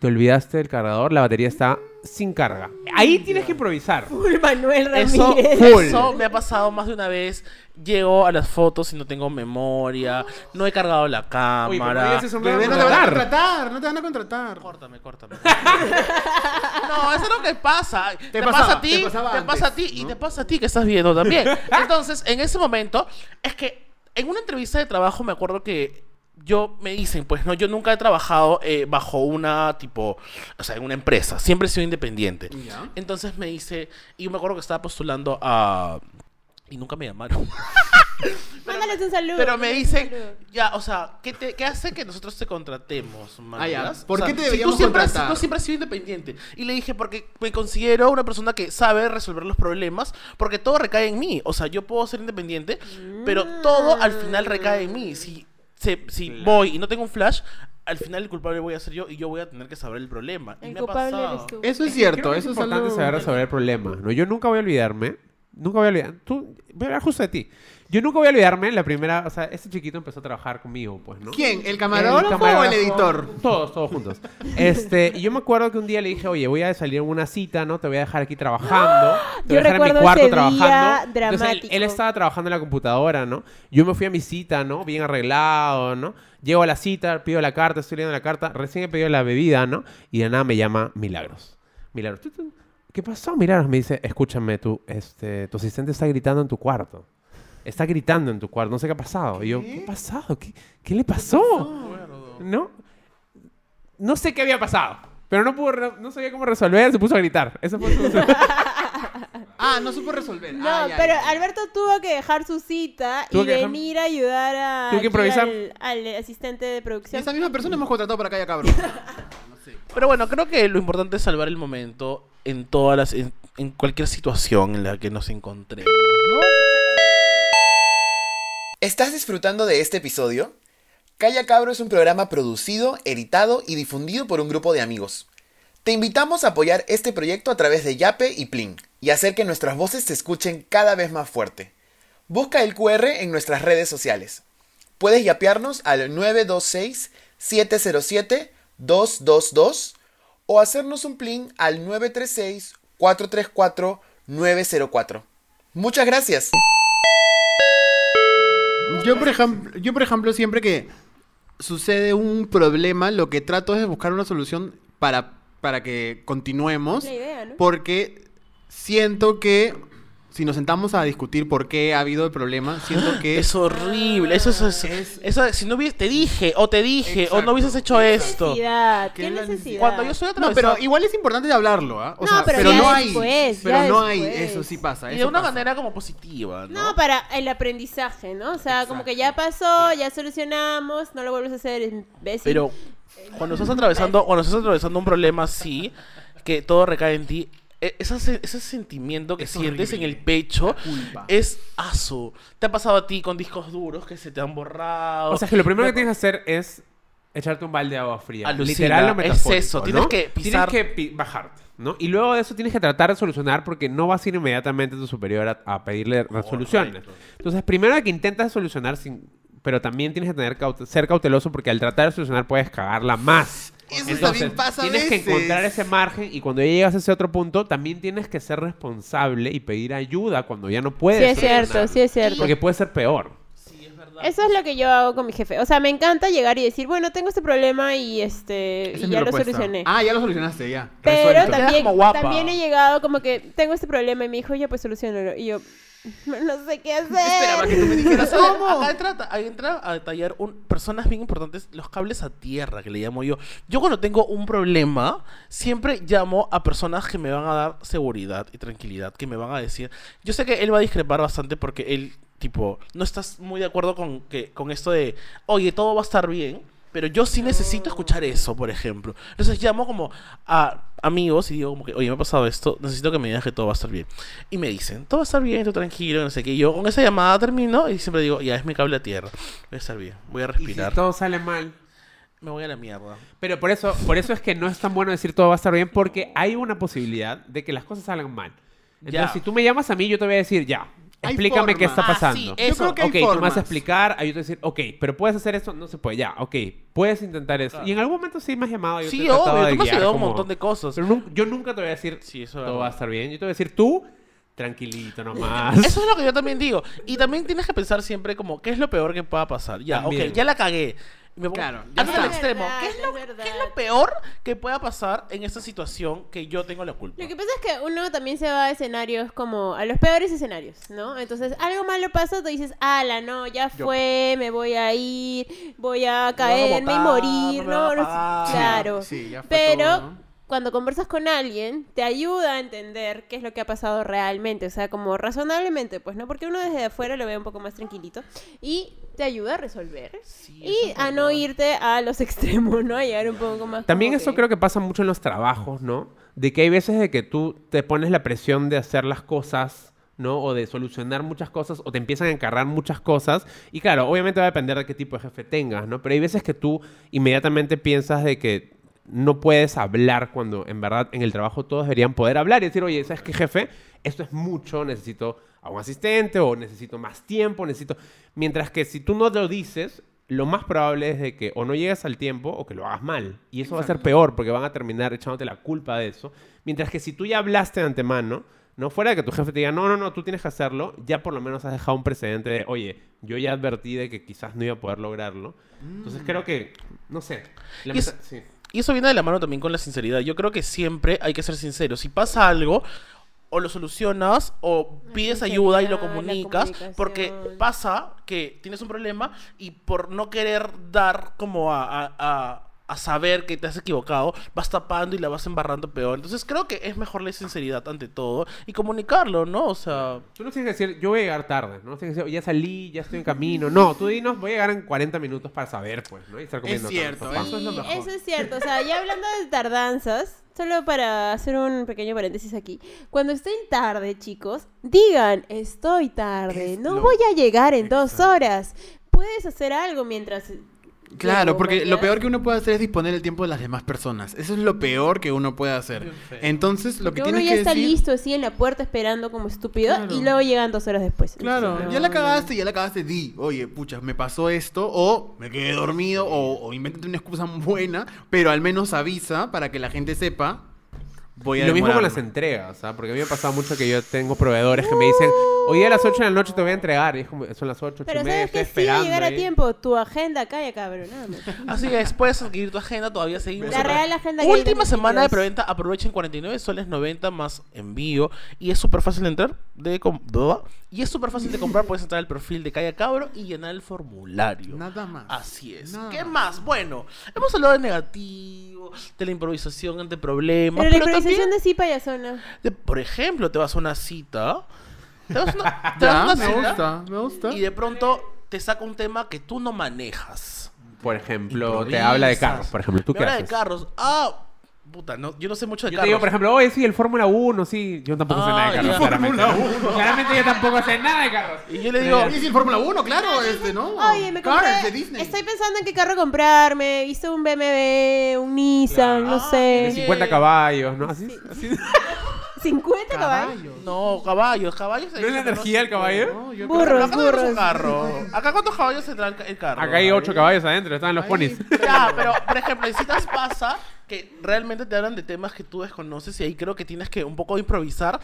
Speaker 2: te olvidaste del cargador, la batería está sin carga. Ahí tienes que improvisar.
Speaker 3: Full Manuel
Speaker 4: Eso,
Speaker 3: Ramírez.
Speaker 4: eso me ha pasado más de una vez. Llego a las fotos y no tengo memoria. No he cargado la
Speaker 2: Oye, pero
Speaker 4: cámara.
Speaker 2: no digas eso, me
Speaker 1: Bebé,
Speaker 2: van a
Speaker 1: no te van a
Speaker 2: contratar.
Speaker 1: contratar, no te van a contratar.
Speaker 4: Córtame, córtame. [laughs] no, eso es lo que pasa. Te, pasa
Speaker 1: pasaba,
Speaker 4: a ti,
Speaker 1: te
Speaker 4: te,
Speaker 1: pasaba
Speaker 4: pasa a
Speaker 1: antes,
Speaker 4: ti y
Speaker 1: ¿no?
Speaker 4: te pasa a ti que estás
Speaker 1: [laughs]
Speaker 4: viendo también. Entonces, en ese momento, es que en una entrevista de trabajo me acuerdo que yo me dicen, pues no, yo nunca he trabajado eh, bajo una tipo, o sea, en una empresa. Siempre he sido independiente.
Speaker 1: Ya.
Speaker 4: Entonces me dice, y me acuerdo que estaba postulando a... Y nunca me llamaron.
Speaker 3: Mándales un saludo.
Speaker 4: Pero me
Speaker 3: mándales un
Speaker 4: dicen,
Speaker 3: saludo.
Speaker 4: ya, o sea, ¿qué, te- qué hace que nosotros te contratemos,
Speaker 1: Ah, ya.
Speaker 4: manas?
Speaker 1: ¿Por
Speaker 4: O sea,
Speaker 1: qué te
Speaker 4: si
Speaker 1: deberíamos
Speaker 4: tú siempre, has-
Speaker 1: contratar?
Speaker 4: Tú siempre has sido independiente. Y le dije, porque me considero una persona que sabe resolver los problemas, porque todo recae en mí. O sea, yo puedo ser independiente, pero todo al final recae en mí. Si, se- si voy y no tengo un flash, al final el culpable voy a ser yo y yo voy a tener que saber el problema. y
Speaker 3: El
Speaker 4: me ha
Speaker 3: culpable
Speaker 4: pasado.
Speaker 3: eres tú.
Speaker 1: Eso es
Speaker 2: Creo
Speaker 1: cierto,
Speaker 2: que
Speaker 1: eso es
Speaker 2: es importante
Speaker 1: algo...
Speaker 2: saber resolver el problema. ¿no? Yo nunca voy a olvidarme. Nunca voy a olvidar. Tú, voy a hablar justo de ti. Yo nunca voy a olvidarme la primera. O sea, este chiquito empezó a trabajar conmigo, pues, ¿no?
Speaker 1: ¿Quién? ¿El camarógrafo, o el editor?
Speaker 2: Todos, todos juntos. Este, y yo me acuerdo que un día le dije, oye, voy a salir a una cita, ¿no? Te voy a dejar aquí
Speaker 1: [gasps]
Speaker 2: trabajando.
Speaker 1: ¡Ah!
Speaker 2: [gasps]
Speaker 3: [gasps]
Speaker 2: Te
Speaker 3: Yo
Speaker 2: voy a dejar en mi
Speaker 3: recuerdo
Speaker 2: cuarto
Speaker 3: ese día
Speaker 2: trabajando. Entonces, él- él,
Speaker 3: dramático.
Speaker 2: estaba trabajando en la computadora, ¿no? Yo me fui a mi cita, ¿no? Bien arreglado, ¿no? Llego a la cita, pido la carta, estoy leyendo la carta. Recién he pedido la bebida, ¿no? Y de nada me llama Milagros. Milagros. tu, tu. ¿Qué pasó, Milagros? Me dice, escúchame, tú, este, tu asistente está gritando en tu cuarto. Está gritando en tu cuarto, no sé qué ha pasado. Y yo, ¿qué ha pasado? ¿Qué, qué le pasó? ¿No? No sé qué había pasado, pero no pudo, re- no sabía cómo resolver, se puso a gritar. Eso fue su-
Speaker 1: Ah, no supo resolver.
Speaker 3: No,
Speaker 1: Ah, ya,
Speaker 3: pero
Speaker 1: ya.
Speaker 3: Alberto tuvo que dejar su cita
Speaker 2: Tuvo
Speaker 3: y
Speaker 2: que dejar-
Speaker 3: venir a ayudar a
Speaker 2: Tuvo
Speaker 3: aquí
Speaker 2: que improvisar.
Speaker 3: al, al asistente de
Speaker 1: Y
Speaker 3: producción.
Speaker 1: Esa misma persona hemos contratado para acá ya, cabrón.
Speaker 4: Pero bueno, creo que lo importante es salvar el momento en todas las, en, en cualquier situación en la que nos encontremos, ¿no?
Speaker 5: ¿Estás disfrutando de este episodio? Calla Cabro es un programa producido, editado y difundido por un grupo de amigos. Te invitamos a apoyar este proyecto a través de Yape y Plin y hacer que nuestras voces se escuchen cada vez más fuerte. Busca el QR en nuestras redes sociales. Puedes yapearnos al 926-707-222 o hacernos un Plin al 936-434-904. Muchas gracias.
Speaker 1: Yo por ejemplo, yo por ejemplo siempre que sucede un problema, lo que trato es de buscar una solución para para que continuemos,
Speaker 3: La idea, ¿no?
Speaker 1: porque siento que si nos sentamos a discutir por qué ha habido el problema, siento que
Speaker 4: Es horrible. [gasps] Eso es. eso-
Speaker 1: Es-
Speaker 4: eso- si no hubiese. Te dije, o te dije, o
Speaker 1: Exacto.
Speaker 4: no hubieses hecho esto.
Speaker 3: Necesidad,
Speaker 1: ¿Qué
Speaker 3: ¿Qué
Speaker 1: es la
Speaker 3: necesidad?
Speaker 1: necesidad?
Speaker 4: Cuando yo soy
Speaker 1: no,
Speaker 4: atravesado.
Speaker 1: pero igual es importante de hablarlo, ¿ah? O
Speaker 3: No,
Speaker 1: sea,
Speaker 3: pero
Speaker 1: pero,
Speaker 3: ya
Speaker 1: no hay,
Speaker 3: después,
Speaker 1: pero
Speaker 3: ya
Speaker 1: no hay,
Speaker 3: después.
Speaker 1: eso sí pasa.
Speaker 4: Y de
Speaker 1: eso
Speaker 4: una
Speaker 1: pasa.
Speaker 4: manera como positiva, ¿no?
Speaker 3: No, para el aprendizaje, ¿no? O sea, como que ya pasó, ya solucionamos, no lo vuelves a hacer, imbécil.
Speaker 4: Pero cuando estás atravesando, cuando estás atravesando un problema así, que todo recae en ti, e- esa se- ese sentimiento que
Speaker 1: Es
Speaker 4: sientes
Speaker 1: horrible.
Speaker 4: en el pecho
Speaker 1: Culpa.
Speaker 4: es aso. Te ha pasado a ti con discos duros que se te han borrado.
Speaker 2: O sea, que lo primero
Speaker 4: Te-
Speaker 2: que tienes que hacer es echarte un balde de agua fría.
Speaker 4: Alucina,
Speaker 2: Literal o
Speaker 4: es
Speaker 2: metafórico,
Speaker 4: eso,
Speaker 2: ¿no?
Speaker 4: tienes que pisar-
Speaker 2: Tienes que pi- bajarte, ¿no? Y luego de eso tienes que tratar de solucionar porque no vas a ir inmediatamente a tu superior a, a pedirle resoluciones. Entonces, primero que intentas solucionar sin... Pero también tienes que tener caute- ser cauteloso porque al tratar de solucionar puedes cagarla más.
Speaker 1: Eso
Speaker 2: Entonces,
Speaker 1: también pasa a
Speaker 2: tienes que
Speaker 1: veces.
Speaker 2: encontrar ese margen y cuando ya llegas a ese otro punto, también tienes que ser responsable y pedir ayuda cuando ya no puedes.
Speaker 3: Sí es
Speaker 2: solucionar.
Speaker 3: cierto, sí es cierto.
Speaker 2: Porque puede ser peor.
Speaker 3: Eso es lo que yo hago con mi jefe. O sea, me encanta llegar y decir, bueno, tengo este problema y este
Speaker 1: Esa
Speaker 3: y
Speaker 1: es mi
Speaker 3: ya lo
Speaker 1: propuesta.
Speaker 3: solucioné.
Speaker 1: Ah, ya lo solucionaste, ya.
Speaker 3: Pero
Speaker 4: Te quedas
Speaker 3: también,
Speaker 4: como guapa.
Speaker 3: también he llegado como que tengo este problema y me dijo, ya pues solucionalo. Y yo, no sé qué hacer.
Speaker 1: Esperaba que tú me dijeras
Speaker 4: Pero sale-
Speaker 1: cómo.
Speaker 4: Acá entra, a- ahí entra a detallar un, personas bien importantes, los cables a tierra, que le llamo yo. Yo cuando tengo un problema, siempre llamo a personas que me van a dar seguridad y tranquilidad, que me van a decir. Yo sé que él va a discrepar bastante porque él, tipo, no estás muy de acuerdo con, que, con esto de, oye, todo va a estar bien. Pero yo sí necesito escuchar eso, por ejemplo. Entonces llamo como a amigos y digo como que, oye, me ha pasado esto, necesito que me digas que todo va a estar bien. Y me dicen, todo va a estar bien, tú tranquilo, no sé qué. Y yo con esa llamada termino y siempre digo, ya es mi cable a tierra. Voy a estar bien, voy a
Speaker 2: Y si
Speaker 4: respirar.
Speaker 2: todo sale mal.
Speaker 4: Me voy a la mierda.
Speaker 2: Pero por eso, por eso es que no es tan bueno decir todo va a estar bien, porque hay una posibilidad de que las cosas salgan mal. Entonces,
Speaker 4: Ya.
Speaker 2: si tú me llamas a mí, yo te voy a decir, ya,
Speaker 1: Hay
Speaker 2: Explícame qué
Speaker 1: forma.
Speaker 2: está
Speaker 4: Ah, sí,
Speaker 2: pasando.
Speaker 1: Yo
Speaker 4: Eso,
Speaker 1: creo que hay
Speaker 2: ok, tú me vas
Speaker 1: formas.
Speaker 2: a explicar, ahí yo te voy a decir, ok, pero puedes hacer esto, no se puede, ya, ok, puedes intentar eso.
Speaker 4: Claro.
Speaker 2: Y en algún momento sí me has llamado. Yo te
Speaker 4: Sí,
Speaker 2: he tratado
Speaker 4: obvio,
Speaker 2: de
Speaker 4: tú me has
Speaker 2: guiar
Speaker 4: ayudado
Speaker 2: como-
Speaker 4: un montón de cosas.
Speaker 2: Pero nu- yo nunca te voy a decir,
Speaker 4: Sí, eso
Speaker 2: todo
Speaker 4: es verdad.
Speaker 2: va a estar bien. Yo te voy a decir, tú, tranquilito
Speaker 4: [laughs]
Speaker 2: nomás.
Speaker 4: Eso es lo que yo también digo. Y también tienes que pensar siempre como, ¿qué es lo peor que pueda pasar? Ya,
Speaker 2: También.
Speaker 4: ok, ya la cagué. Me pongo-
Speaker 1: Claro, ya
Speaker 4: hazlo
Speaker 1: está.
Speaker 4: al extremo.
Speaker 3: Es
Speaker 4: ¿Qué es, lo,
Speaker 3: verdad,
Speaker 4: qué
Speaker 3: es
Speaker 4: es lo
Speaker 3: verdad.
Speaker 4: peor que pueda pasar en esta situación que yo tengo la culpa?
Speaker 3: Lo que pasa es que uno también se va a escenarios como a los peores escenarios, ¿no? Entonces, algo malo pasa, tú dices, ala, no, ya
Speaker 1: Yo-
Speaker 3: fue, me voy a ir, voy a
Speaker 4: van a
Speaker 3: caerme y
Speaker 4: botar,
Speaker 3: morir,
Speaker 4: no me van
Speaker 3: ¿no? no
Speaker 4: a
Speaker 3: sé-
Speaker 4: pagar. Sí,
Speaker 3: claro.
Speaker 1: sí, ya fue
Speaker 3: Pero
Speaker 1: todo, ¿no?
Speaker 3: cuando conversas con alguien, te ayuda a entender qué es lo que ha pasado realmente, o sea, como razonablemente, pues, ¿no? Porque uno desde afuera lo ve un poco más tranquilito y te ayuda a resolver
Speaker 4: Sí, eso
Speaker 3: y
Speaker 4: es
Speaker 3: a no
Speaker 4: verdad.
Speaker 3: irte a los [laughs] extremos, ¿no? A llegar un poco más...
Speaker 2: También
Speaker 3: como
Speaker 2: eso
Speaker 3: que-
Speaker 2: creo que pasa mucho en los trabajos, ¿no? De que hay veces de que tú te pones la presión de hacer las cosas, ¿no? O de solucionar muchas cosas, o te empiezan a encargar muchas cosas. Y claro, obviamente va a depender de qué tipo de jefe tengas, ¿no? Pero hay veces que tú inmediatamente piensas de que no puedes hablar cuando en verdad en el trabajo todos deberían poder hablar y decir, oye, ¿sabes qué, jefe? Esto es mucho, necesito a un asistente o necesito más tiempo, necesito... Mientras que si tú no lo dices, lo más probable es de que o no llegues al tiempo o que lo hagas mal. Y eso va a ser peor porque van a terminar echándote la culpa de eso. Mientras que si tú ya hablaste de antemano, no fuera de que tu jefe te diga, no, no, no, tú tienes que hacerlo, ya por lo menos has dejado un precedente de, oye, yo ya advertí de que quizás no iba a poder lograrlo. Entonces creo que, no sé. la
Speaker 4: Mm. Y es-
Speaker 2: meta- sí.
Speaker 4: Y eso viene de la mano también con la sinceridad. Yo creo que siempre hay que ser sincero. Si pasa algo, o lo solucionas, o pides ayuda y lo
Speaker 3: sinceridad, la
Speaker 4: comunicas, porque
Speaker 3: comunicación.
Speaker 4: pasa que tienes un problema y por no querer dar como a, a- a- a saber que te has equivocado, vas tapando y la vas embarrando peor. Entonces creo que es mejor la sinceridad ante todo y comunicarlo, ¿no? O sea...
Speaker 2: Tú no tienes que decir, yo voy a llegar tarde. No tienes que decir, ya salí, ya estoy en camino. No, tú dinos, voy a llegar en 40 minutos para saber, pues, ¿no? Y estar comiendo acá,
Speaker 1: cierto,
Speaker 2: papá.
Speaker 1: ¿eh? Eso es lo
Speaker 3: Sí,
Speaker 1: mejor.
Speaker 3: Eso es cierto. O sea, ya hablando de tardanzas, solo para hacer un pequeño paréntesis aquí. Cuando estén tarde, chicos, digan, estoy tarde,
Speaker 1: Es
Speaker 3: no
Speaker 1: lo-
Speaker 3: voy a llegar en dos horas. Puedes hacer algo mientras...
Speaker 1: Claro,
Speaker 3: llego,
Speaker 1: porque lo
Speaker 3: ¿verdad?
Speaker 1: peor que uno puede hacer es disponer el tiempo de las demás personas. Eso es lo peor que uno puede hacer. Entonces, lo que
Speaker 3: Porque uno
Speaker 1: tienes
Speaker 3: ya
Speaker 1: que
Speaker 3: está
Speaker 1: decir...
Speaker 3: listo así en la puerta esperando como estúpido
Speaker 1: Claro.
Speaker 3: y luego llegan dos horas después.
Speaker 1: Claro,
Speaker 3: Entonces,
Speaker 1: ya la
Speaker 3: no,
Speaker 1: cagaste, ya la cagaste, di, oye, pucha, me pasó esto, o me quedé dormido, o, o invéntate una excusa [laughs] buena, pero al menos avisa para que la gente sepa. Voy a
Speaker 2: Lo mismo con las
Speaker 1: demorarme.
Speaker 2: entregas, ¿ah? Porque a mí me ha pasado mucho que yo tengo proveedores que me dicen, hoy día a las 8 de la noche te voy a entregar. Y es como, son las 8, 8
Speaker 3: Pero
Speaker 2: y media,
Speaker 3: sabes
Speaker 2: estoy
Speaker 3: que sí,
Speaker 2: esperando.
Speaker 3: llegar a
Speaker 2: ahí.
Speaker 3: tiempo, tu agenda calla, cabrón. nada más.
Speaker 4: Así es, puedes adquirir tu agenda, todavía seguimos.
Speaker 3: La
Speaker 4: en-
Speaker 3: real agenda gay
Speaker 4: Última
Speaker 3: 2022.
Speaker 4: semana de preventa, aprovechen 49 soles 90 más envío. Y es súper fácil de entrar, de com- bla, y es súper fácil de comprar. Puedes entrar al perfil de Calla Cabro y llenar el formulario.
Speaker 1: Nada más.
Speaker 4: Así es.
Speaker 1: Nada
Speaker 4: ¿Qué más? Bueno, hemos hablado de negativo, de la improvisación ante problemas.
Speaker 3: Pero la improvisación
Speaker 4: también
Speaker 3: de sí, payasona.
Speaker 4: de- por ejemplo, te vas a una cita. Te vas a
Speaker 1: [laughs]
Speaker 4: una, te vas
Speaker 1: Ya,
Speaker 4: a una
Speaker 1: me
Speaker 4: cita
Speaker 1: gusta, me gusta.
Speaker 4: y de pronto te saca un tema que tú no manejas.
Speaker 2: Por ejemplo, te
Speaker 4: Improvisas.
Speaker 2: habla de carros, por ejemplo. ¿Tú
Speaker 4: Me
Speaker 2: qué
Speaker 4: habla
Speaker 2: haces?
Speaker 4: de carros. Ah, puta, no, yo no sé mucho de
Speaker 2: Yo te
Speaker 4: carros.
Speaker 2: digo, por ejemplo, oye, sí, el Fórmula 1, sí. Yo tampoco sé
Speaker 4: Ah,
Speaker 2: nada de carros,
Speaker 4: ya.
Speaker 2: claramente. Claramente yo tampoco sé nada de carros.
Speaker 4: y yo le digo,
Speaker 1: Oye, sí, el Fórmula 1, claro, este, ¿no?
Speaker 3: Oye, me
Speaker 1: Cars
Speaker 3: compré,
Speaker 1: de Disney.
Speaker 3: Estoy pensando en qué carro comprarme. Hice un BMW, un Nissan, no
Speaker 2: De
Speaker 3: sé.
Speaker 4: sí.
Speaker 2: 50 caballos, [laughs] ¿no? Así, así-
Speaker 3: 50 caballos.
Speaker 1: Caballo.
Speaker 4: no, caballos, caballos.
Speaker 2: ¿No es la energía del caballo?
Speaker 1: No, yo-
Speaker 3: Burros,
Speaker 4: Acá no tenemos un
Speaker 3: burros.
Speaker 4: carro. Acá cuántos caballos entra el, ca- el carro.
Speaker 2: Acá hay 8 caballos adentro, están los
Speaker 1: Ahí.
Speaker 2: ponis.
Speaker 4: Ya, pero por ejemplo, en citas pasa que realmente te hablan de temas que tú desconoces y ahí creo que tienes que un poco improvisar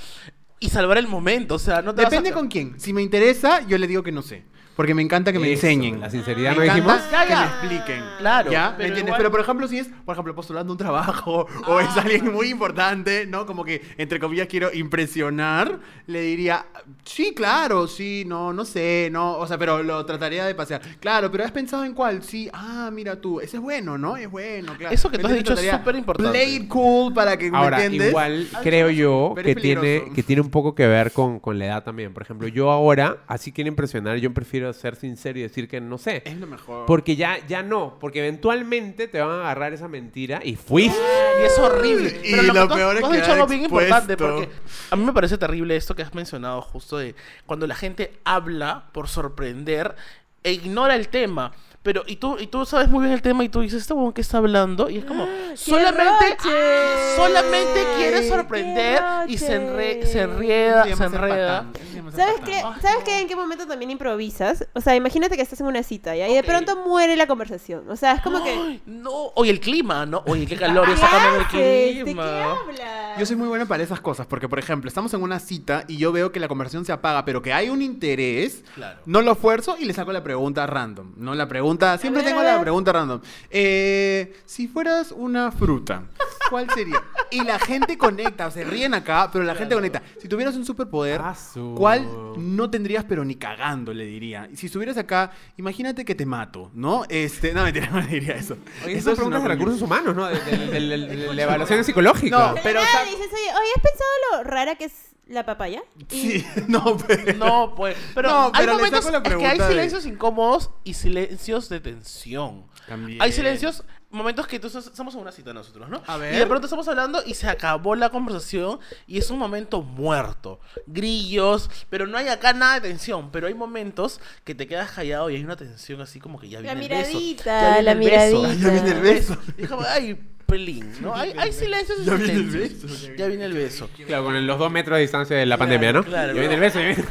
Speaker 4: y salvar el momento. O sea, no te vas a-
Speaker 1: Depende con quién. Si me interesa, yo le digo que no sé. Porque me encanta que me
Speaker 2: Eso,
Speaker 1: enseñen.
Speaker 2: La sinceridad
Speaker 1: Me
Speaker 2: no
Speaker 1: encanta
Speaker 2: dijimos.
Speaker 4: Ya,
Speaker 1: que me
Speaker 4: ya.
Speaker 1: expliquen.
Speaker 4: Claro.
Speaker 1: ¿Ya? ¿Me entiendes?
Speaker 4: igual- Ah.
Speaker 1: Pero por ejemplo, si es, por ejemplo, postulando un trabajo [laughs] o es alguien muy importante, ¿no? Como que, entre comillas, quiero impresionar, le diría, sí, claro, sí, no, no sé, no, o sea, pero lo trataría de pasear. Claro, pero ¿has pensado en cuál? Sí, ah, mira tú, ese es bueno, ¿no? Es bueno, claro.
Speaker 4: Eso que tú has
Speaker 1: Entonces,
Speaker 4: dicho es
Speaker 1: trataría,
Speaker 4: súper importante.
Speaker 1: Play it cool para que, ¿me
Speaker 2: Ahora,
Speaker 1: entiendes?
Speaker 2: igual
Speaker 3: Ah,
Speaker 2: creo yo
Speaker 1: pero
Speaker 2: que
Speaker 1: es
Speaker 2: tiene,
Speaker 1: peligroso.
Speaker 2: que tiene un poco que ver con, con la edad también. Por ejemplo, yo ahora, así quiero impresionar, yo prefiero ser sincero y decir que no sé.
Speaker 1: Es lo mejor.
Speaker 2: Porque ya, ya no, porque eventualmente te van a agarrar esa mentira y fuiste.
Speaker 1: Ah,
Speaker 4: Y es horrible.
Speaker 1: Y
Speaker 4: Pero
Speaker 1: lo
Speaker 4: que tú has-
Speaker 1: peor es
Speaker 4: tú has dicho
Speaker 1: quedar
Speaker 4: algo bien importante
Speaker 1: expuesto.
Speaker 4: porque a mí me parece terrible esto que has mencionado justo de cuando la gente habla por sorprender e ignora el tema. Pero, y tú, y tú sabes muy bien el tema y tú dices, este huevón que está hablando. Y es
Speaker 3: [gasps]
Speaker 4: como, solamente, ¡ah!
Speaker 3: roche!
Speaker 4: solamente
Speaker 3: ¡Qué
Speaker 4: quiere sorprender y se, enre- se
Speaker 3: roche!
Speaker 4: enreda, se
Speaker 1: Llamas
Speaker 4: enreda.
Speaker 1: empatando, llamas
Speaker 3: ¿Sabes
Speaker 1: empatando.
Speaker 3: qué? ¿Sabes qué? ¿En qué momento también improvisas? O sea, imagínate que estás en una cita ¿ya? y de pronto muere la conversación. O sea, es como que.
Speaker 4: Ay, [gasps] No, oye, el clima, ¿no? Oye,
Speaker 3: [laughs]
Speaker 4: qué calor,
Speaker 3: ¿Qué
Speaker 4: ya está cambiando el
Speaker 3: haces? ¿De qué
Speaker 4: clima.
Speaker 3: hablas?
Speaker 1: Yo soy muy buena para esas cosas, porque por ejemplo, estamos en una cita y yo veo que la conversación se apaga, pero que hay un interés,
Speaker 4: Claro.
Speaker 1: no lo fuerzo y le saco la pregunta random. No la pregunta, siempre
Speaker 3: A ver,
Speaker 1: tengo
Speaker 3: a
Speaker 1: la
Speaker 3: ver.
Speaker 1: pregunta random. Eh, si fueras una fruta, ¿cuál sería? Y la gente conecta, o se ríen acá, pero la gente conecta. Si tuvieras un superpoder,
Speaker 2: Ah, su-
Speaker 1: ¿cuál no tendrías pero ni cagando, le diría? Y Si estuvieras acá, imagínate que te mato, ¿no? Este, no, mentira, [laughs] no le diría eso.
Speaker 2: Oye,
Speaker 1: Eso
Speaker 2: esas
Speaker 1: es
Speaker 2: preguntas de
Speaker 1: una-
Speaker 2: recursos humanos, ¿no? De, de- de- de- de-
Speaker 1: [laughs]
Speaker 2: de la evaluación psicológica.
Speaker 1: No,
Speaker 3: Pero,
Speaker 1: pero,
Speaker 3: nada,
Speaker 1: o sea-
Speaker 3: dices, oye, oye, ¿has pensado lo rara que es la papaya?
Speaker 1: Sí, [laughs] no, pero...
Speaker 4: No, pues. Pero,
Speaker 1: No, pero
Speaker 4: hay
Speaker 1: le
Speaker 4: momentos
Speaker 1: saco la
Speaker 4: es que hay
Speaker 1: pregunta de-
Speaker 4: silencios incómodos y silencios de tensión.
Speaker 1: También.
Speaker 4: Hay silencios, momentos que tú estamos en una cita nosotros, ¿no?
Speaker 1: A ver.
Speaker 4: Y de pronto estamos hablando y se acabó la conversación y es un momento muerto. Grillos, pero no hay acá nada de tensión. Pero hay momentos que te quedas callado y hay una tensión así como que ya
Speaker 3: La
Speaker 4: viene el beso.
Speaker 3: miradita, la
Speaker 4: el beso.
Speaker 3: miradita.
Speaker 1: Ya viene el beso.
Speaker 4: Y es como, ay, pelín, ¿no? Hay, hay silencios y
Speaker 1: Ya viene el
Speaker 4: silencios.
Speaker 1: beso.
Speaker 4: Ya viene el beso.
Speaker 2: Claro, con el- los dos metros de distancia de la pandemia, ¿no?
Speaker 4: claro.
Speaker 2: Ya viene el beso, ya viene-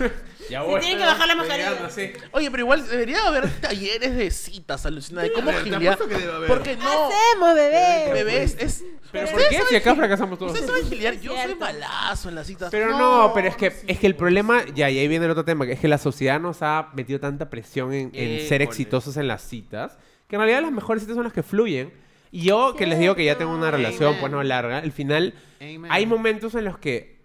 Speaker 2: Ya voy.
Speaker 3: tiene que bajar la mascarilla.
Speaker 2: Llegando, sí.
Speaker 4: Oye, pero igual debería haber talleres de citas alucinadas de cómo
Speaker 1: Te
Speaker 4: gilear.
Speaker 1: apuesto que debe haber.
Speaker 4: Porque no,
Speaker 3: Hacemos, bebé.
Speaker 4: bebés, es.
Speaker 2: ¿Pero por
Speaker 4: ¿Ustedes
Speaker 2: qué?
Speaker 4: saben
Speaker 2: Si acá
Speaker 4: gilear?
Speaker 2: fracasamos todos.
Speaker 4: Ustedes saben gilear, yo soy
Speaker 3: Cierto.
Speaker 4: malazo en las citas.
Speaker 2: Pero no, pero es que es que el problema, ya, y ahí viene el otro tema, que es que la sociedad nos ha metido tanta presión en, en ser
Speaker 4: Híjole.
Speaker 2: exitosos en las citas, que en realidad las mejores citas son las que fluyen. Y yo, que les digo que ya tengo una relación, pues no larga, al final
Speaker 1: Amen.
Speaker 2: hay momentos en los que,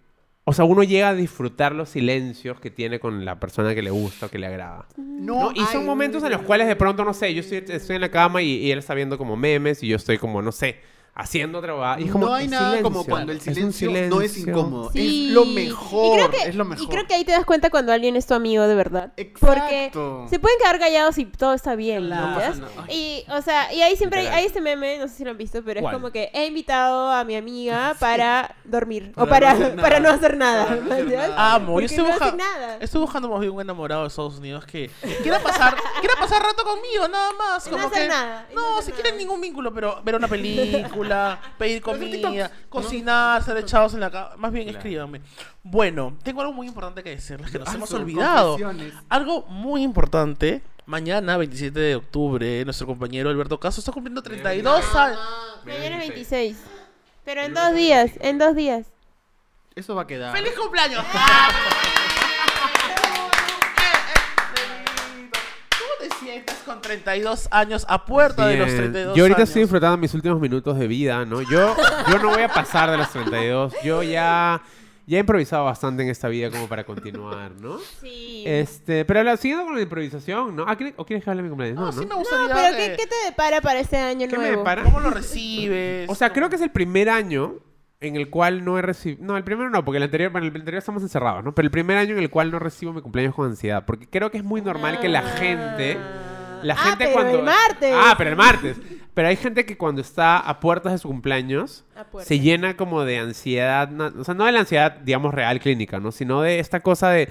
Speaker 2: o sea, uno llega a disfrutar los silencios que tiene con la persona que le gusta o que le agrada. ¿no? Y son
Speaker 1: hay-
Speaker 2: momentos en los cuales de pronto, no sé, yo estoy, estoy en la cama y, y él está viendo como memes y yo estoy como, no sé, haciendo trabajo. Y es como,
Speaker 1: no hay
Speaker 2: es
Speaker 1: nada como
Speaker 2: silencio.
Speaker 1: cuando el
Speaker 2: Es un
Speaker 1: silencio, no es
Speaker 2: silencio.
Speaker 1: incómodo.
Speaker 3: Sí.
Speaker 1: Es lo
Speaker 3: Y
Speaker 1: mejor.
Speaker 3: creo que,
Speaker 1: es lo mejor.
Speaker 3: Y creo que ahí te das cuenta cuando alguien es tu amigo de verdad.
Speaker 1: Exacto.
Speaker 3: Porque se pueden quedar callados y todo está bien, ¿no?
Speaker 1: Claro.
Speaker 3: ¿Ves?
Speaker 1: No pasa nada.
Speaker 3: Y, o sea, y ahí siempre hay,
Speaker 2: Literal.
Speaker 3: hay este meme, no sé si lo han visto, pero
Speaker 2: ¿Cuál?
Speaker 3: es como que he invitado a mi amiga
Speaker 1: [laughs]
Speaker 3: para dormir. o
Speaker 1: Para
Speaker 3: para,
Speaker 1: no hacer nada.
Speaker 3: [laughs] para no hacer nada. ¿ves?
Speaker 4: Ah, Amo,
Speaker 3: Porque
Speaker 4: yo estoy,
Speaker 3: no
Speaker 4: busca-
Speaker 3: hacen nada.
Speaker 4: estoy buscando más bien un enamorado de Estados Unidos que quiera
Speaker 3: [laughs]
Speaker 4: pasar, quiera pasar rato conmigo, nada más.
Speaker 3: Y
Speaker 4: Como
Speaker 3: no hacer
Speaker 4: que,
Speaker 3: nada, y no
Speaker 4: No,
Speaker 3: hacer
Speaker 4: si
Speaker 3: nada.
Speaker 4: quieren ningún vínculo, pero ver
Speaker 3: [laughs]
Speaker 4: una película, pedir comida,
Speaker 1: TikToks, ¿no?
Speaker 4: cocinar, ser echados en la cama. Más bien escríbanme. Bueno, tengo algo muy importante que decirles que nos
Speaker 1: Ah,
Speaker 4: hemos
Speaker 1: son
Speaker 4: olvidado.
Speaker 1: confesiones.
Speaker 4: Algo muy importante. Mañana, 27 de octubre, nuestro compañero Alberto Caso está cumpliendo 32 años.
Speaker 3: Mañana es 26. Pero en dos días, en dos días.
Speaker 1: Eso va a quedar.
Speaker 4: ¡Feliz cumpleaños!
Speaker 3: ¡Eh!
Speaker 4: ¿Cómo te sientes con 32 años a puerta de los
Speaker 2: Bien.
Speaker 4: 32
Speaker 2: eh, Yo ahorita
Speaker 4: años?
Speaker 2: estoy disfrutando mis últimos minutos de vida, ¿no? Yo, yo no voy a pasar de los 32. Yo ya, ya he improvisado bastante en esta vida como para continuar, ¿no?
Speaker 3: Sí.
Speaker 1: Eh,
Speaker 2: Este, pero la, siguiendo con la improvisación, ¿no? Ah, ¿quiere- ¿O quieres que hable de mi cumpleaños?
Speaker 4: No,
Speaker 2: No,
Speaker 4: sí
Speaker 2: ¿no?
Speaker 4: me
Speaker 3: No,
Speaker 4: gustaría...
Speaker 3: pero ¿qué,
Speaker 4: eh,
Speaker 3: qué te depara para este año
Speaker 2: ¿Qué me
Speaker 3: nuevo?
Speaker 2: depara?
Speaker 4: ¿Cómo lo recibes?
Speaker 2: O sea, creo que es el primer año en el cual no he recibido... No, el primero no, porque el anterior, bueno, el anterior estamos encerrados, ¿no? Pero el primer año en el cual no recibo mi cumpleaños con ansiedad, porque creo que es muy normal que la gente... La
Speaker 3: Ah,
Speaker 2: gente
Speaker 3: pero
Speaker 2: cuando...
Speaker 3: el martes.
Speaker 2: Ah, pero el martes. Pero hay gente que cuando está a puertas de su cumpleaños
Speaker 4: Ah,
Speaker 3: A
Speaker 4: pues.
Speaker 3: puertas.
Speaker 2: se llena como de ansiedad, na- o sea, no de la ansiedad, digamos, real clínica, ¿no? Sino de esta cosa de,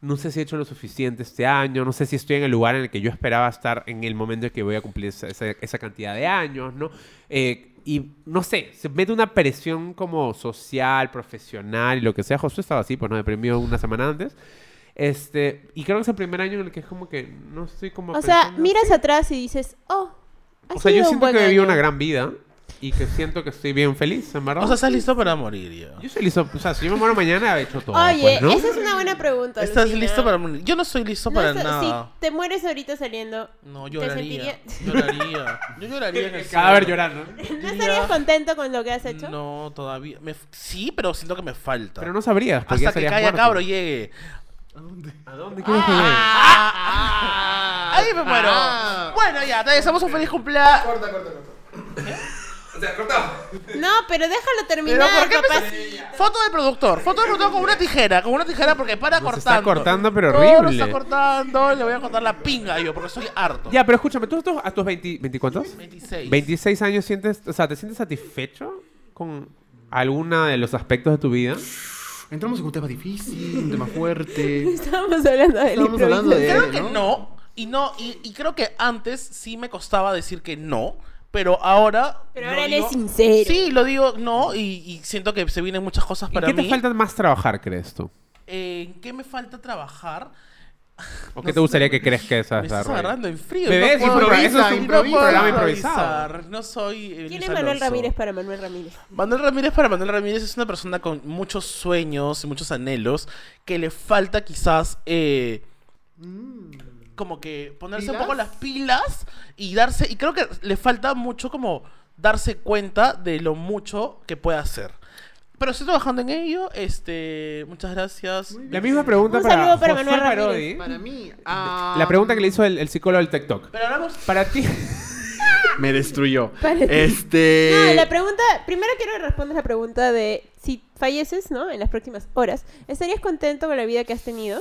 Speaker 2: no sé si he hecho lo suficiente este año, no sé si estoy en el lugar en el que yo esperaba estar en el momento en que voy a cumplir esa, esa- esa cantidad de años, ¿no? Eh, y no sé, se mete una presión como social, profesional y lo que sea. Josué estaba así, pues no deprimió una semana antes. Este, y creo que es el primer año en el que es como que no estoy como.
Speaker 3: O sea,
Speaker 2: pensando-
Speaker 3: miras atrás y dices, oh, ha
Speaker 2: o sea, yo
Speaker 3: sido un
Speaker 2: siento
Speaker 3: buen
Speaker 2: que viví
Speaker 3: año.
Speaker 2: una gran vida y que siento que estoy bien feliz, en verdad.
Speaker 4: O sea, estás listo para morir, yo.
Speaker 2: yo soy listo. O sea, si yo me muero mañana, he hecho todo.
Speaker 3: Oye,
Speaker 2: pues, ¿no?
Speaker 3: esa es una buena pregunta.
Speaker 4: ¿Estás
Speaker 3: Lucina.
Speaker 4: listo para morir? Yo no estoy listo
Speaker 3: ¿eh? No
Speaker 4: para
Speaker 3: sé,
Speaker 4: nada.
Speaker 3: Si te mueres ahorita saliendo, [laughs]
Speaker 4: No,
Speaker 3: te
Speaker 4: lloraría.
Speaker 3: sentirías-
Speaker 4: Lloraría. Yo lloraría
Speaker 3: [laughs]
Speaker 4: en el
Speaker 2: El cadáver
Speaker 4: cielo.
Speaker 2: llorando.
Speaker 3: ¿no estarías contento con lo que has hecho?
Speaker 4: No, todavía. Me f- Sí, pero siento que me falta.
Speaker 2: Pero no sabrías. Porque
Speaker 4: Hasta que
Speaker 2: ya estarías
Speaker 4: Calla
Speaker 2: muerto.
Speaker 4: Cabro Ah. llegue.
Speaker 2: ¿A dónde quieres que llegue?
Speaker 4: Ah, Ahí me muero.
Speaker 3: Ah.
Speaker 4: Bueno, ya, te deseamos un feliz cumpleaños.
Speaker 3: No, pero déjalo
Speaker 4: Pero
Speaker 3: terminar,
Speaker 4: ¿por qué
Speaker 3: papá. [laughs]
Speaker 4: me- Foto del productor. Foto del productor con una tijera. Con una tijera porque para
Speaker 2: Nos
Speaker 4: cortando.
Speaker 2: está cortando, pero
Speaker 4: Todo nos
Speaker 2: horrible.
Speaker 4: está cortando. Le voy a cortar la pinga yo porque soy harto.
Speaker 2: Ya, pero escúchame, ¿tú a tus- a tus 20, 20 cuántos?
Speaker 4: 26.
Speaker 2: 26 años sientes, o sea, ¿te sientes satisfecho con alguna de los aspectos de tu vida?
Speaker 1: Entramos en un tema difícil, un tema fuerte.
Speaker 3: Estábamos hablando del
Speaker 1: Estábamos hablando de-
Speaker 4: Creo
Speaker 1: ¿no?
Speaker 4: que no. Y no, y, y creo que antes sí me costaba decir que no, pero ahora.
Speaker 3: Pero
Speaker 4: lo
Speaker 3: ahora él
Speaker 4: digo-
Speaker 3: es sincero.
Speaker 4: Sí, lo digo no, y, y siento que se vienen muchas cosas
Speaker 2: ¿En
Speaker 4: para
Speaker 2: qué
Speaker 4: mí.
Speaker 2: te falta más trabajar, crees tú?
Speaker 4: Eh, ¿En qué me falta trabajar?
Speaker 2: ¿O
Speaker 4: No
Speaker 2: qué
Speaker 4: sé,
Speaker 2: te gustaría que crezca esa
Speaker 4: Me estás
Speaker 2: desarrollo?
Speaker 4: agarrando en frío.
Speaker 2: Bebé, es
Speaker 4: puedo-
Speaker 2: improvisa, eso es un
Speaker 4: no puedo
Speaker 2: programa improvisado.
Speaker 4: improvisar, No soy. eh,
Speaker 3: ¿Quién
Speaker 4: Luis
Speaker 3: es Manuel
Speaker 4: Alonso.
Speaker 3: Ramírez para Manuel Ramírez?
Speaker 4: Manuel Ramírez para Manuel Ramírez es una persona con muchos sueños y muchos anhelos que le falta quizás eh, como que ponerse un poco
Speaker 1: ¿Pilas?
Speaker 4: las pilas y darse y creo que le falta mucho como darse cuenta de lo mucho que puede hacer. Pero estoy trabajando en ello. Este, muchas gracias.
Speaker 1: Muy bien.
Speaker 2: La misma pregunta
Speaker 3: Un
Speaker 2: para,
Speaker 3: saludo para
Speaker 2: Josué
Speaker 3: Manuel
Speaker 2: Parodi.
Speaker 3: Ramírez.
Speaker 1: Para mí. ah,
Speaker 2: La pregunta que le hizo el, el psicólogo del TikTok.
Speaker 4: Pero hablamos
Speaker 2: Para
Speaker 3: [laughs]
Speaker 2: ti,
Speaker 1: Me destruyó.
Speaker 3: Para ti.
Speaker 1: Este.
Speaker 3: No, la pregunta, primero quiero responder la pregunta de si falleces, ¿no? En las próximas horas, ¿estarías contento con la vida que has tenido?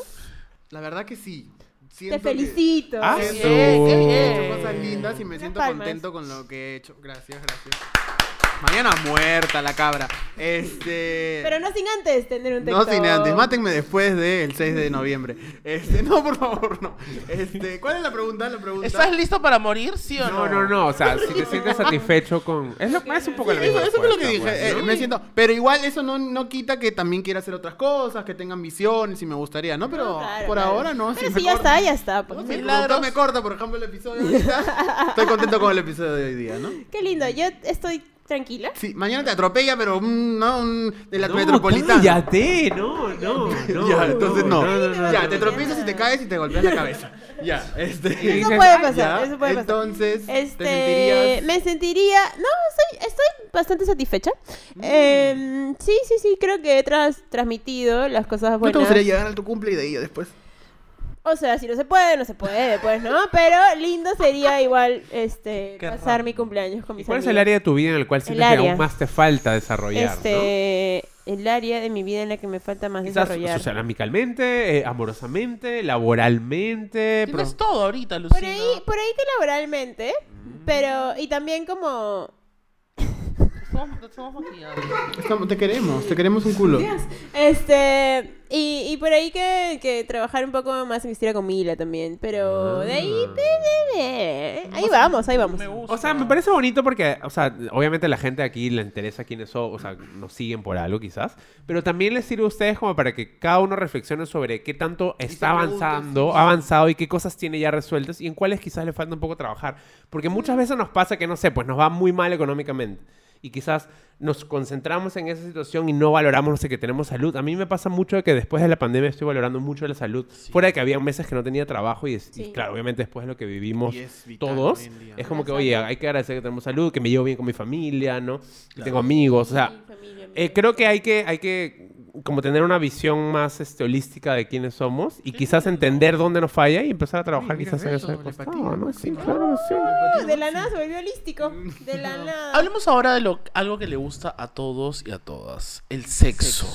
Speaker 1: La verdad que sí.
Speaker 3: Te
Speaker 1: Siento que-
Speaker 3: felicito.
Speaker 2: Ah,
Speaker 1: Qué
Speaker 2: sí.
Speaker 1: bien, qué bien.
Speaker 2: Eso.
Speaker 1: He hecho cosas lindas y me
Speaker 3: Unas
Speaker 1: siento
Speaker 3: palmas.
Speaker 1: contento con lo que he hecho. Gracias, gracias. Mañana muerta la cabra. Este.
Speaker 3: Pero no sin antes tener un
Speaker 1: No
Speaker 3: TikTok.
Speaker 1: sin antes, mátenme después del 6 de noviembre. Este, no, por favor, no. Este, ¿cuál es la pregunta? La pregunta.
Speaker 4: ¿Estás listo para morir, sí o no?
Speaker 2: no, no, no. O sea, si te sientes satisfecho con. Es, lo, es un poco la
Speaker 1: Eso,
Speaker 2: misma
Speaker 1: eso fue lo que dije.
Speaker 2: respuesta,
Speaker 1: eh,
Speaker 2: pues, ¿no?
Speaker 1: me siento, pero igual eso no, no quita que también quiera hacer otras cosas, que tengan visiones y me gustaría, ¿no? Pero
Speaker 3: No, claro,
Speaker 1: por
Speaker 3: claro.
Speaker 1: ahora no.
Speaker 3: Pero
Speaker 1: me
Speaker 3: si ya
Speaker 1: corta.
Speaker 3: está, ya está. pues.
Speaker 1: No, si
Speaker 4: Sí.
Speaker 1: el
Speaker 4: Milagros.
Speaker 1: productor me corta, por ejemplo, el episodio de ahorita. Estoy contento con el episodio de hoy día, ¿no?
Speaker 3: Qué lindo, yo estoy tranquila.
Speaker 1: Sí, mañana te atropella, pero mm, no un, de la
Speaker 2: No,
Speaker 1: metropolitana.
Speaker 2: cállate, no, no,
Speaker 1: [laughs]
Speaker 2: no.
Speaker 1: ya, entonces no.
Speaker 2: no, no, no,
Speaker 1: ya,
Speaker 2: no,
Speaker 1: te
Speaker 2: no.
Speaker 1: tropiezas y te caes y te golpeas la cabeza. ya, este.
Speaker 2: Y
Speaker 3: Eso
Speaker 2: dices,
Speaker 3: puede
Speaker 2: "Ay,
Speaker 3: pasar,
Speaker 1: ya,
Speaker 3: eso puede pasar.
Speaker 1: Entonces, ¿te
Speaker 3: Este,
Speaker 1: sentirías-
Speaker 3: me sentiría, no, soy, estoy bastante satisfecha.
Speaker 1: Mm.
Speaker 3: Em, sí, sí, sí, creo que he tras- transmitido las cosas
Speaker 1: ¿No
Speaker 3: buenas.
Speaker 1: te gustaría llegar a tu cumple y de ahí después?
Speaker 3: O sea, si no se puede, no se puede, pues, ¿no? Pero lindo sería igual, este,
Speaker 4: Qué
Speaker 3: pasar
Speaker 4: raro.
Speaker 3: mi cumpleaños con mis
Speaker 2: ¿Cuál es el
Speaker 3: amigos.
Speaker 2: área de tu vida en el cual sientes que
Speaker 3: área.
Speaker 2: aún más te falta desarrollar? ¿no?
Speaker 3: Este, el área de mi vida en la que me falta más
Speaker 2: Quizás
Speaker 3: desarrollar.
Speaker 2: social, amicalmente, eh, amorosamente, laboralmente. pro-
Speaker 4: Tienes todo ahorita, Lucina.
Speaker 3: por ahí, por ahí que laboralmente,
Speaker 2: Mm.
Speaker 3: pero y también como
Speaker 4: Estamos- estamos maquillando.
Speaker 1: Estamos- te queremos, te queremos un culo.
Speaker 3: Este, y, y por ahí que, que trabajar un poco más en mi estilo con Mila también, pero de ahí, de- de- de- ahí vamos, ahí vamos.
Speaker 4: [laughs] Me gusta.
Speaker 2: O sea, Ah. me parece bonito porque, o sea, obviamente la gente aquí le interesa quiénes son, o sea, nos siguen por algo quizás, pero también les sirve a ustedes como para que cada uno reflexione sobre qué tanto está
Speaker 1: pregunte,
Speaker 2: avanzando, ha avanzado y qué cosas tiene ya resueltas y en cuáles quizás le falta un poco trabajar. Porque muchas veces nos pasa que, no sé, pues nos va muy mal económicamente y quizás nos concentramos en esa situación y no valoramos, no sé, que tenemos salud. A mí me pasa mucho que después de la pandemia estoy valorando mucho la salud. Fuera de que había meses que no tenía trabajo y, es- y
Speaker 3: Sí.
Speaker 2: claro, obviamente después de lo que vivimos
Speaker 1: Y es vital
Speaker 2: todos,
Speaker 1: hoy en día.
Speaker 2: es como
Speaker 3: La
Speaker 2: que, oye,
Speaker 3: salud.
Speaker 2: hay que agradecer que tenemos salud, que me llevo bien con mi familia, ¿no? Que tengo amigos, o sea,
Speaker 3: Sí, familia,
Speaker 2: eh,
Speaker 3: amigo.
Speaker 2: creo que hay que, hay que como tener una visión más este, holística de quiénes somos y quizás entender dónde nos falla y empezar a trabajar
Speaker 1: mira
Speaker 2: quizás en
Speaker 1: eso,
Speaker 2: eso. Pues,
Speaker 1: la empatía,
Speaker 2: ¿no? Sí,
Speaker 1: máximo.
Speaker 2: claro, sí.
Speaker 3: Uh, de la nada se volvió holístico, de
Speaker 2: [laughs]
Speaker 3: la nada.
Speaker 4: Hablemos ahora de lo, algo que le gusta a todos y a todas, el sexo.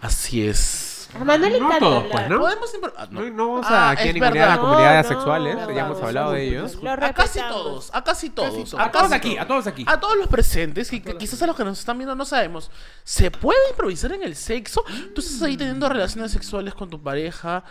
Speaker 4: Así es.
Speaker 3: A Manuel le
Speaker 2: No
Speaker 3: encanta
Speaker 2: todos,
Speaker 3: hablar.
Speaker 2: pues, ¿no?
Speaker 4: Podemos impro- ah, no.
Speaker 2: No, no vamos
Speaker 4: Ah,
Speaker 2: a aquí a
Speaker 4: es
Speaker 2: ningunear a
Speaker 4: verdad.
Speaker 2: la comunidad
Speaker 3: No,
Speaker 2: sexual,
Speaker 3: no,
Speaker 2: ¿eh? ya hemos
Speaker 3: no,
Speaker 2: hablado
Speaker 3: no,
Speaker 2: de
Speaker 3: no,
Speaker 2: ellos.
Speaker 3: no, lo
Speaker 4: A casi
Speaker 3: respetamos.
Speaker 4: todos, a casi todos.
Speaker 2: A
Speaker 4: casi
Speaker 2: todos aquí, a todos aquí.
Speaker 4: A todos los presentes, que, que quizás a los que nos están viendo no sabemos, ¿se puede improvisar en el sexo? Tú estás ahí teniendo relaciones sexuales con tu pareja.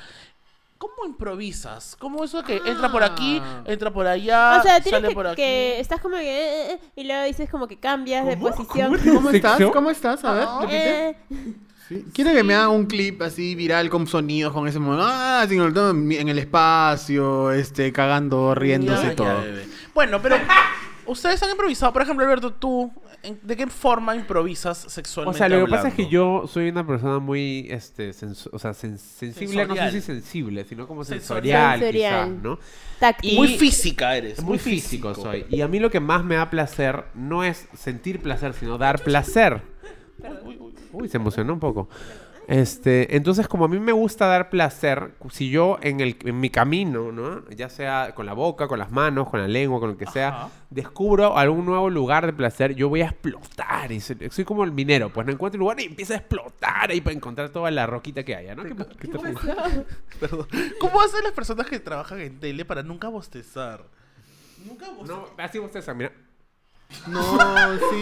Speaker 4: ¿Cómo improvisas? ¿Cómo eso que entra por aquí, entra por allá,
Speaker 3: O sea,
Speaker 4: Ah, sale
Speaker 3: tienes
Speaker 4: por
Speaker 3: que,
Speaker 4: aquí?
Speaker 3: que estás como que eh, eh, y luego dices como que cambias de posición. [laughs]
Speaker 1: ¿Cómo estás?
Speaker 2: ¿Sexo?
Speaker 1: ¿Cómo estás? A ver, repite.
Speaker 3: Eh,
Speaker 1: Sí. ¿Quiere que me haga un clip así viral con sonidos con ese momento? Ah, sin el- en el espacio, este, cagando, riéndose
Speaker 4: Ya,
Speaker 1: y
Speaker 4: ya,
Speaker 1: todo.
Speaker 4: bebé. Bueno, [laughs] pero ustedes han improvisado, por ejemplo, Alberto, tú, ¿en- ¿de qué forma improvisas
Speaker 2: O
Speaker 4: sexualmente?
Speaker 2: sea, lo que
Speaker 4: hablando?
Speaker 2: pasa es que yo soy una persona muy este, sensu- o sea, sen- sensible, no
Speaker 4: Sensorial.
Speaker 2: sé si sensible, sino como
Speaker 4: Sensorial.
Speaker 2: sensorial,
Speaker 3: Sensorial.
Speaker 2: quizás, ¿no?
Speaker 3: táctil.
Speaker 4: Muy física eres.
Speaker 2: Es muy físico, soy. Y a mí lo que más me da placer no es sentir placer, sino dar placer. Uy, se emocionó un poco. Este, entonces, como a mí me gusta dar placer, si yo en, el, en mi camino, ¿no? ya sea con la boca, con las manos, con la lengua, con lo que sea,
Speaker 4: Ajá.
Speaker 2: descubro algún nuevo lugar de placer, yo voy a explotar. Y se- soy como el minero, pues no encuentro un lugar y empiezo a explotar ahí para encontrar toda la roquita que haya. ¿no? ¿Qué- qué te-
Speaker 3: [laughs]
Speaker 4: [laughs] Perdón. ¿Cómo hacen las personas que trabajan en tele para nunca bostezar? Nunca bostezar.
Speaker 2: no, así ustedes, mira.
Speaker 1: No, sí.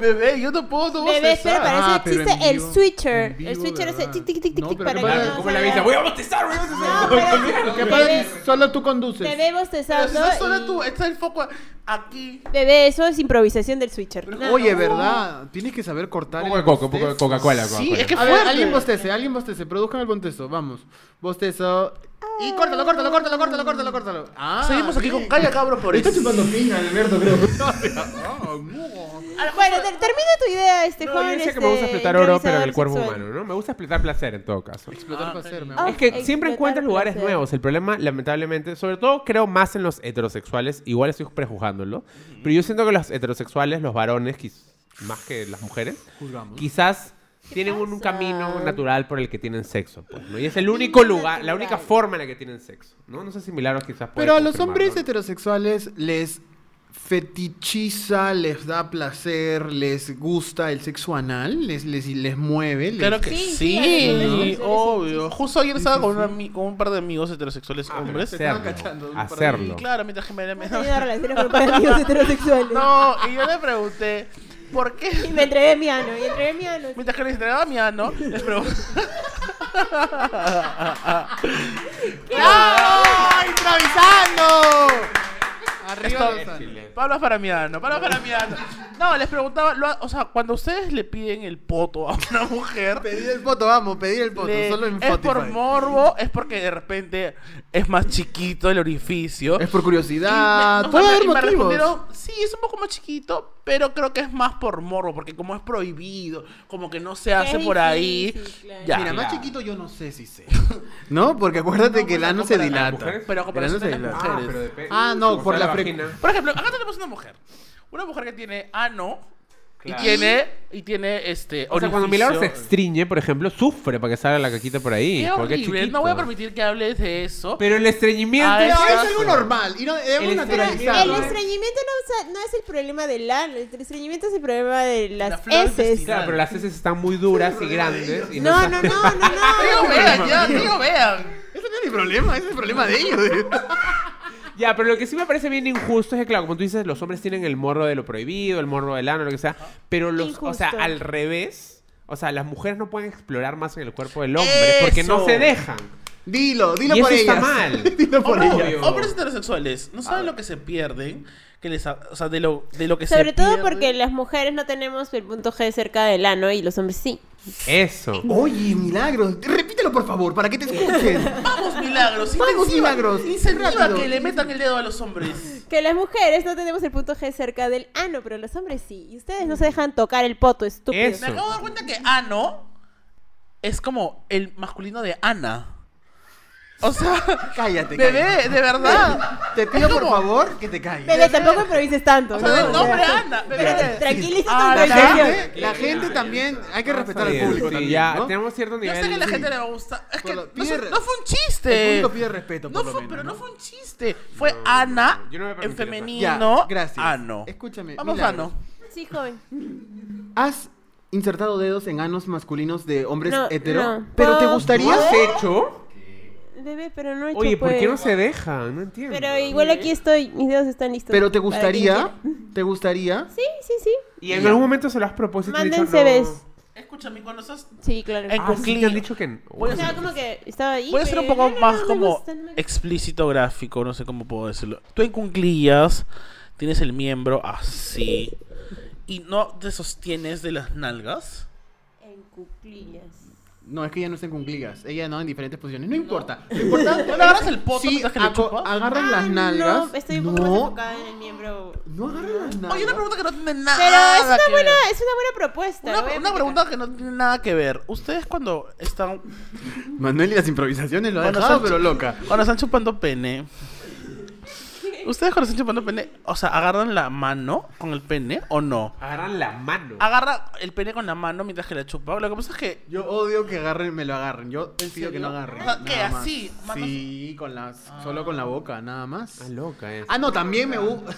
Speaker 1: Bebé, yo no puedo. no voy a
Speaker 3: Bebé, pero
Speaker 1: cesar.
Speaker 3: para eso
Speaker 6: Ah, pero en
Speaker 3: existe el
Speaker 6: vivo,
Speaker 3: switcher.
Speaker 6: en vivo,
Speaker 3: el switcher es el
Speaker 6: ¿verdad?
Speaker 3: tic, tic, tic, tic,
Speaker 6: No,
Speaker 3: tic,
Speaker 6: pero
Speaker 3: para que
Speaker 6: ¿cómo la-
Speaker 3: no
Speaker 2: ¿Cómo la
Speaker 3: se
Speaker 2: avisa?
Speaker 3: vea.
Speaker 2: ¡Voy a bostezar! ¡Voy a bostezar!
Speaker 3: No,
Speaker 2: [laughs]
Speaker 3: pero
Speaker 6: ¿Qué
Speaker 3: bebé,
Speaker 6: pasa? Solo tú conduces.
Speaker 3: te ve
Speaker 4: Pero si
Speaker 3: bostezando
Speaker 4: estás sola
Speaker 3: y-
Speaker 4: tú, está el foco aquí.
Speaker 2: Ah,
Speaker 3: Bebé, eso es improvisación del switcher. No,
Speaker 1: Oye,
Speaker 3: no.
Speaker 1: ¿verdad? Tienes que saber cortar.
Speaker 2: Un
Speaker 1: el
Speaker 2: poco de coca, un poco de
Speaker 1: bostezo.
Speaker 2: Coca-Cola.
Speaker 4: Sí,
Speaker 2: Coca-Cola.
Speaker 4: es que
Speaker 1: A ver,
Speaker 4: fuerte.
Speaker 1: alguien bostece, alguien bostece, produzcan el bostezo, vamos. Bostezo. Y córtalo, córtalo, córtalo, córtalo, córtalo, córtalo. Ah,
Speaker 4: Seguimos aquí
Speaker 1: bien.
Speaker 4: con Calla Cabros por eso.
Speaker 6: Está chupando piña, Alberto, creo.
Speaker 3: Bueno, ter- termina tu idea, este
Speaker 2: No, yo
Speaker 3: joven.
Speaker 2: decía que
Speaker 3: este,
Speaker 2: me gusta explotar oro, pero en el
Speaker 3: improvisador
Speaker 2: cuerpo
Speaker 3: sexual.
Speaker 2: humano, ¿no? Me gusta explotar placer en todo caso.
Speaker 1: Explotar para hacerme.
Speaker 3: Ah,
Speaker 2: Es que
Speaker 3: Explotar
Speaker 2: siempre encuentras lugares
Speaker 3: placer.
Speaker 2: nuevos. El problema, lamentablemente, sobre todo creo más en los heterosexuales, igual estoy prejuzgándolo, pero yo siento que los heterosexuales, los varones, quiz- más que las mujeres, quizás tienen un, un
Speaker 3: pasa?
Speaker 2: camino natural por el que tienen sexo. pues, ¿no? Y es el único lugar, la
Speaker 3: natural.
Speaker 2: única forma en la que tienen sexo. No, no sé si Milagros quizás puede
Speaker 1: Pero a los
Speaker 2: confirmarlo,
Speaker 1: hombres
Speaker 2: ¿no?
Speaker 1: heterosexuales les fetichiza, les da placer, les gusta el sexo anal, les, les, les mueve. les-
Speaker 4: Claro que
Speaker 3: Sí,
Speaker 4: sí,
Speaker 3: sí, hay algunos heterosexuales
Speaker 4: obvio. Justo ayer estaba con, un ami- con un par de amigos heterosexuales
Speaker 2: Ah,
Speaker 4: hombres.
Speaker 2: Hacerlo, hacerlo.
Speaker 4: Y claro, mientras que me...
Speaker 3: He tenido relaciones con un par de amigos heterosexuales.
Speaker 4: No, y yo le pregunté, ¿por
Speaker 3: Y
Speaker 4: qué?
Speaker 3: me entregué mi ano, y entregué mi ano.
Speaker 4: Mientras que les entregaba mi ano, les pregunté...
Speaker 1: ¡Ay, improvisando! Arriba
Speaker 4: Esto-
Speaker 1: los anos.
Speaker 4: Palmas para mi ano, palmas para mi ano. No, les preguntaba, lo ha- o sea, cuando ustedes le piden el poto a una mujer,
Speaker 1: Pedir el voto, vamos, pedir el voto,
Speaker 4: le-
Speaker 1: solo en
Speaker 4: es por
Speaker 1: Spotify.
Speaker 4: morbo, es porque de repente es más chiquito el orificio.
Speaker 1: Es por
Speaker 4: Y
Speaker 1: curiosidad.
Speaker 4: me- o sea,
Speaker 1: Puede haber
Speaker 4: y me
Speaker 1: motivos.
Speaker 4: respondieron, sí, es un poco más chiquito, pero creo que es más por morbo, porque como es prohibido, como que no se hace por ahí.
Speaker 3: difícil, claro.
Speaker 4: Ya.
Speaker 1: Mira, más
Speaker 2: Mira.
Speaker 1: chiquito yo no sé si sé. [laughs] ¿No? Porque acuérdate que el
Speaker 4: pues,
Speaker 1: ano se
Speaker 4: comparación
Speaker 2: de las
Speaker 1: dilata.
Speaker 2: mujeres,
Speaker 4: pero a
Speaker 1: El ano
Speaker 4: comparación
Speaker 1: se
Speaker 4: de las
Speaker 1: dilata.
Speaker 4: mujeres.
Speaker 1: Ah, no, por la fre-
Speaker 2: frecuencia.
Speaker 4: Por ejemplo, acá tenemos una mujer. Una mujer que tiene ano y tiene y tiene este
Speaker 2: O sea, cuando Milagros se
Speaker 4: orificio.
Speaker 2: extriñe, por ejemplo, sufre para que salga la caquita por ahí.
Speaker 4: Qué
Speaker 2: porque es
Speaker 4: horrible,
Speaker 2: chiquito.
Speaker 4: No voy a permitir que hables de eso.
Speaker 2: Pero el estreñimiento.
Speaker 4: Ay,
Speaker 1: Pero
Speaker 4: Exacto.
Speaker 1: es algo normal. Y no, debemos
Speaker 2: El
Speaker 1: naturalizarlo.
Speaker 3: El estreñimiento no, o sea, no es el problema del ano, el estreñimiento es el problema de
Speaker 4: La
Speaker 3: las
Speaker 4: flora
Speaker 3: heces.
Speaker 4: intestinal.
Speaker 2: Claro, pero las heces están muy duras y grandes. Y
Speaker 3: No,
Speaker 2: se- [laughs]
Speaker 3: no, no, no, no.
Speaker 4: Tío, vean, ya, tío, vean.
Speaker 1: Ese no es mi problema, ese es el problema de ellos. [laughs]
Speaker 2: Ya, pero lo que sí me parece bien injusto es que, claro, como tú dices, los hombres tienen el morro de lo prohibido, el morro del ano, lo que sea. Pero los, o sea,
Speaker 3: Injusto.
Speaker 2: al revés, o sea, las mujeres no pueden explorar más en el cuerpo del hombre porque no
Speaker 4: ¡Eso!
Speaker 2: se dejan.
Speaker 1: Dilo, dilo
Speaker 2: Y
Speaker 1: por
Speaker 2: eso está
Speaker 1: ellas. [laughs]
Speaker 2: mal.
Speaker 1: dilo por
Speaker 4: Hombres-
Speaker 1: ellas.
Speaker 4: Hombres heterosexuales, no saben lo que se pierden, que les, ha- o sea, de lo, de lo que se
Speaker 3: Sobre todo
Speaker 4: pierden.
Speaker 3: porque las mujeres no tenemos el punto G cerca del ano y los hombres sí.
Speaker 2: Eso.
Speaker 1: Oye, milagros. Repítelo, por favor, para que te
Speaker 4: [laughs]
Speaker 1: escuchen.
Speaker 4: Vamos, milagros,
Speaker 1: Vamos,
Speaker 4: incentiva-
Speaker 1: Milagros,
Speaker 4: incentiva
Speaker 1: rápido.
Speaker 4: que le metan el dedo a los hombres.
Speaker 3: Que las mujeres no tenemos el punto G cerca del ano, pero los hombres sí. Y ustedes no se dejan tocar el poto, estúpido.
Speaker 2: Eso.
Speaker 4: Me acabo de dar cuenta que ano es como el masculino de Ana. O sea,
Speaker 1: cállate, cállate.
Speaker 4: bebé, de verdad.
Speaker 1: Te pido,
Speaker 4: Es
Speaker 1: por
Speaker 4: como-
Speaker 1: favor, que te calles.
Speaker 3: Bebé, tampoco improvises tanto.
Speaker 4: O sea, del
Speaker 3: No,
Speaker 4: nombre
Speaker 3: o sea,
Speaker 4: Ana,
Speaker 3: pero
Speaker 4: bebé.
Speaker 3: Tranquiliza
Speaker 4: Ah,
Speaker 3: tu
Speaker 1: La
Speaker 3: improvisación.
Speaker 1: gente, la gente también, hay que respetar al
Speaker 2: Bien,
Speaker 1: público
Speaker 2: Ah, sí,
Speaker 1: también,
Speaker 2: ya
Speaker 1: ¿no?
Speaker 2: tenemos cierto
Speaker 4: Yo
Speaker 2: nivel.
Speaker 4: sé que a la
Speaker 2: sí.
Speaker 4: gente le va a gustar. Es que
Speaker 1: Pero
Speaker 4: no, es un-
Speaker 1: pierde-
Speaker 4: no fue un
Speaker 1: El
Speaker 4: chiste.
Speaker 1: público pide respeto, por
Speaker 4: No
Speaker 1: lo
Speaker 4: fue,
Speaker 1: menos,
Speaker 4: pero no
Speaker 1: ¿no?
Speaker 4: fue un chiste. Fue Ana
Speaker 2: yo no voy a permitir
Speaker 4: en
Speaker 2: eso.
Speaker 4: femenino.
Speaker 1: gracias.
Speaker 4: Ano.
Speaker 1: Escúchame,
Speaker 4: Ah, Vamos,
Speaker 1: Milagros.
Speaker 4: Ano.
Speaker 3: Sí, joven.
Speaker 1: ¿Has insertado dedos en anos masculinos de hombres
Speaker 3: No,
Speaker 1: hetero?
Speaker 3: no.
Speaker 1: Pero te
Speaker 3: No.
Speaker 2: ¿Lo
Speaker 1: gustaría
Speaker 2: has hecho?
Speaker 3: Bebé, pero no he hecho
Speaker 2: Oye, ¿por qué
Speaker 3: pues.
Speaker 2: no se deja? No entiendo.
Speaker 3: Pero igual aquí estoy, mis dedos están listos.
Speaker 1: Pero te
Speaker 3: para
Speaker 1: gustaría,
Speaker 3: quien
Speaker 1: te gustaría.
Speaker 3: quiera. Sí, sí, sí.
Speaker 2: Y en algún momento se lo has propuesto. y te han dicho
Speaker 3: Manden
Speaker 2: no.
Speaker 3: CVs.
Speaker 4: Escúchame, cuando estás.
Speaker 3: Sí, claro.
Speaker 4: En
Speaker 2: Ah, sí, te han dicho que no.
Speaker 4: Voy a
Speaker 3: o sea, como que estaba ahí.
Speaker 4: Voy a ser
Speaker 3: pero
Speaker 4: un poco
Speaker 3: no, no,
Speaker 4: más
Speaker 3: no me
Speaker 4: como
Speaker 3: gustan, no me-
Speaker 4: explícito gráfico, no sé cómo puedo decirlo. Tú en cunclillas tienes el miembro así y no te sostienes de las nalgas.
Speaker 3: En cuclillas.
Speaker 1: No, es que ella no está en cunclillas. Ella no en diferentes posiciones. No importa. Lo
Speaker 4: [laughs]
Speaker 1: importante
Speaker 4: ¿No
Speaker 1: es-
Speaker 4: le agarras el poto
Speaker 1: Sí,
Speaker 4: mientras que le
Speaker 1: aco-
Speaker 4: chupas?
Speaker 1: agarras las
Speaker 3: Ah,
Speaker 1: nalgas.
Speaker 3: No, estoy un poco más
Speaker 1: no,
Speaker 3: enfocada en el miembro.
Speaker 1: no agarras las nalgas.
Speaker 4: Oye, una pregunta que no tiene
Speaker 3: Pero
Speaker 4: nada
Speaker 3: es, una
Speaker 4: Ah, que
Speaker 3: buena,
Speaker 4: ver.
Speaker 3: es una buena propuesta.
Speaker 4: Una,
Speaker 3: lo voy a
Speaker 4: una
Speaker 3: aplicar.
Speaker 4: pregunta que no tiene nada que ver. Ustedes cuando están
Speaker 1: Manuel y las improvisaciones lo ha
Speaker 4: Bueno,
Speaker 1: dejado,
Speaker 4: son-
Speaker 1: pero loca.
Speaker 4: Cuando están chupando pene. ¿Ustedes cuando están chupando pene, o sea, agarran la mano con el pene o no?
Speaker 2: Agarran la mano.
Speaker 4: Agarra el pene con la mano mientras que la chupa. Lo que pasa es que.
Speaker 1: Yo odio que agarren, me lo agarren. Yo pido que no agarren.
Speaker 4: O sea, ¿qué,
Speaker 1: nada más.
Speaker 4: así? Manos-
Speaker 1: Sí, con las, solo con la boca, nada más.
Speaker 2: Ah, loca es.
Speaker 1: Ah, no, también me gusta.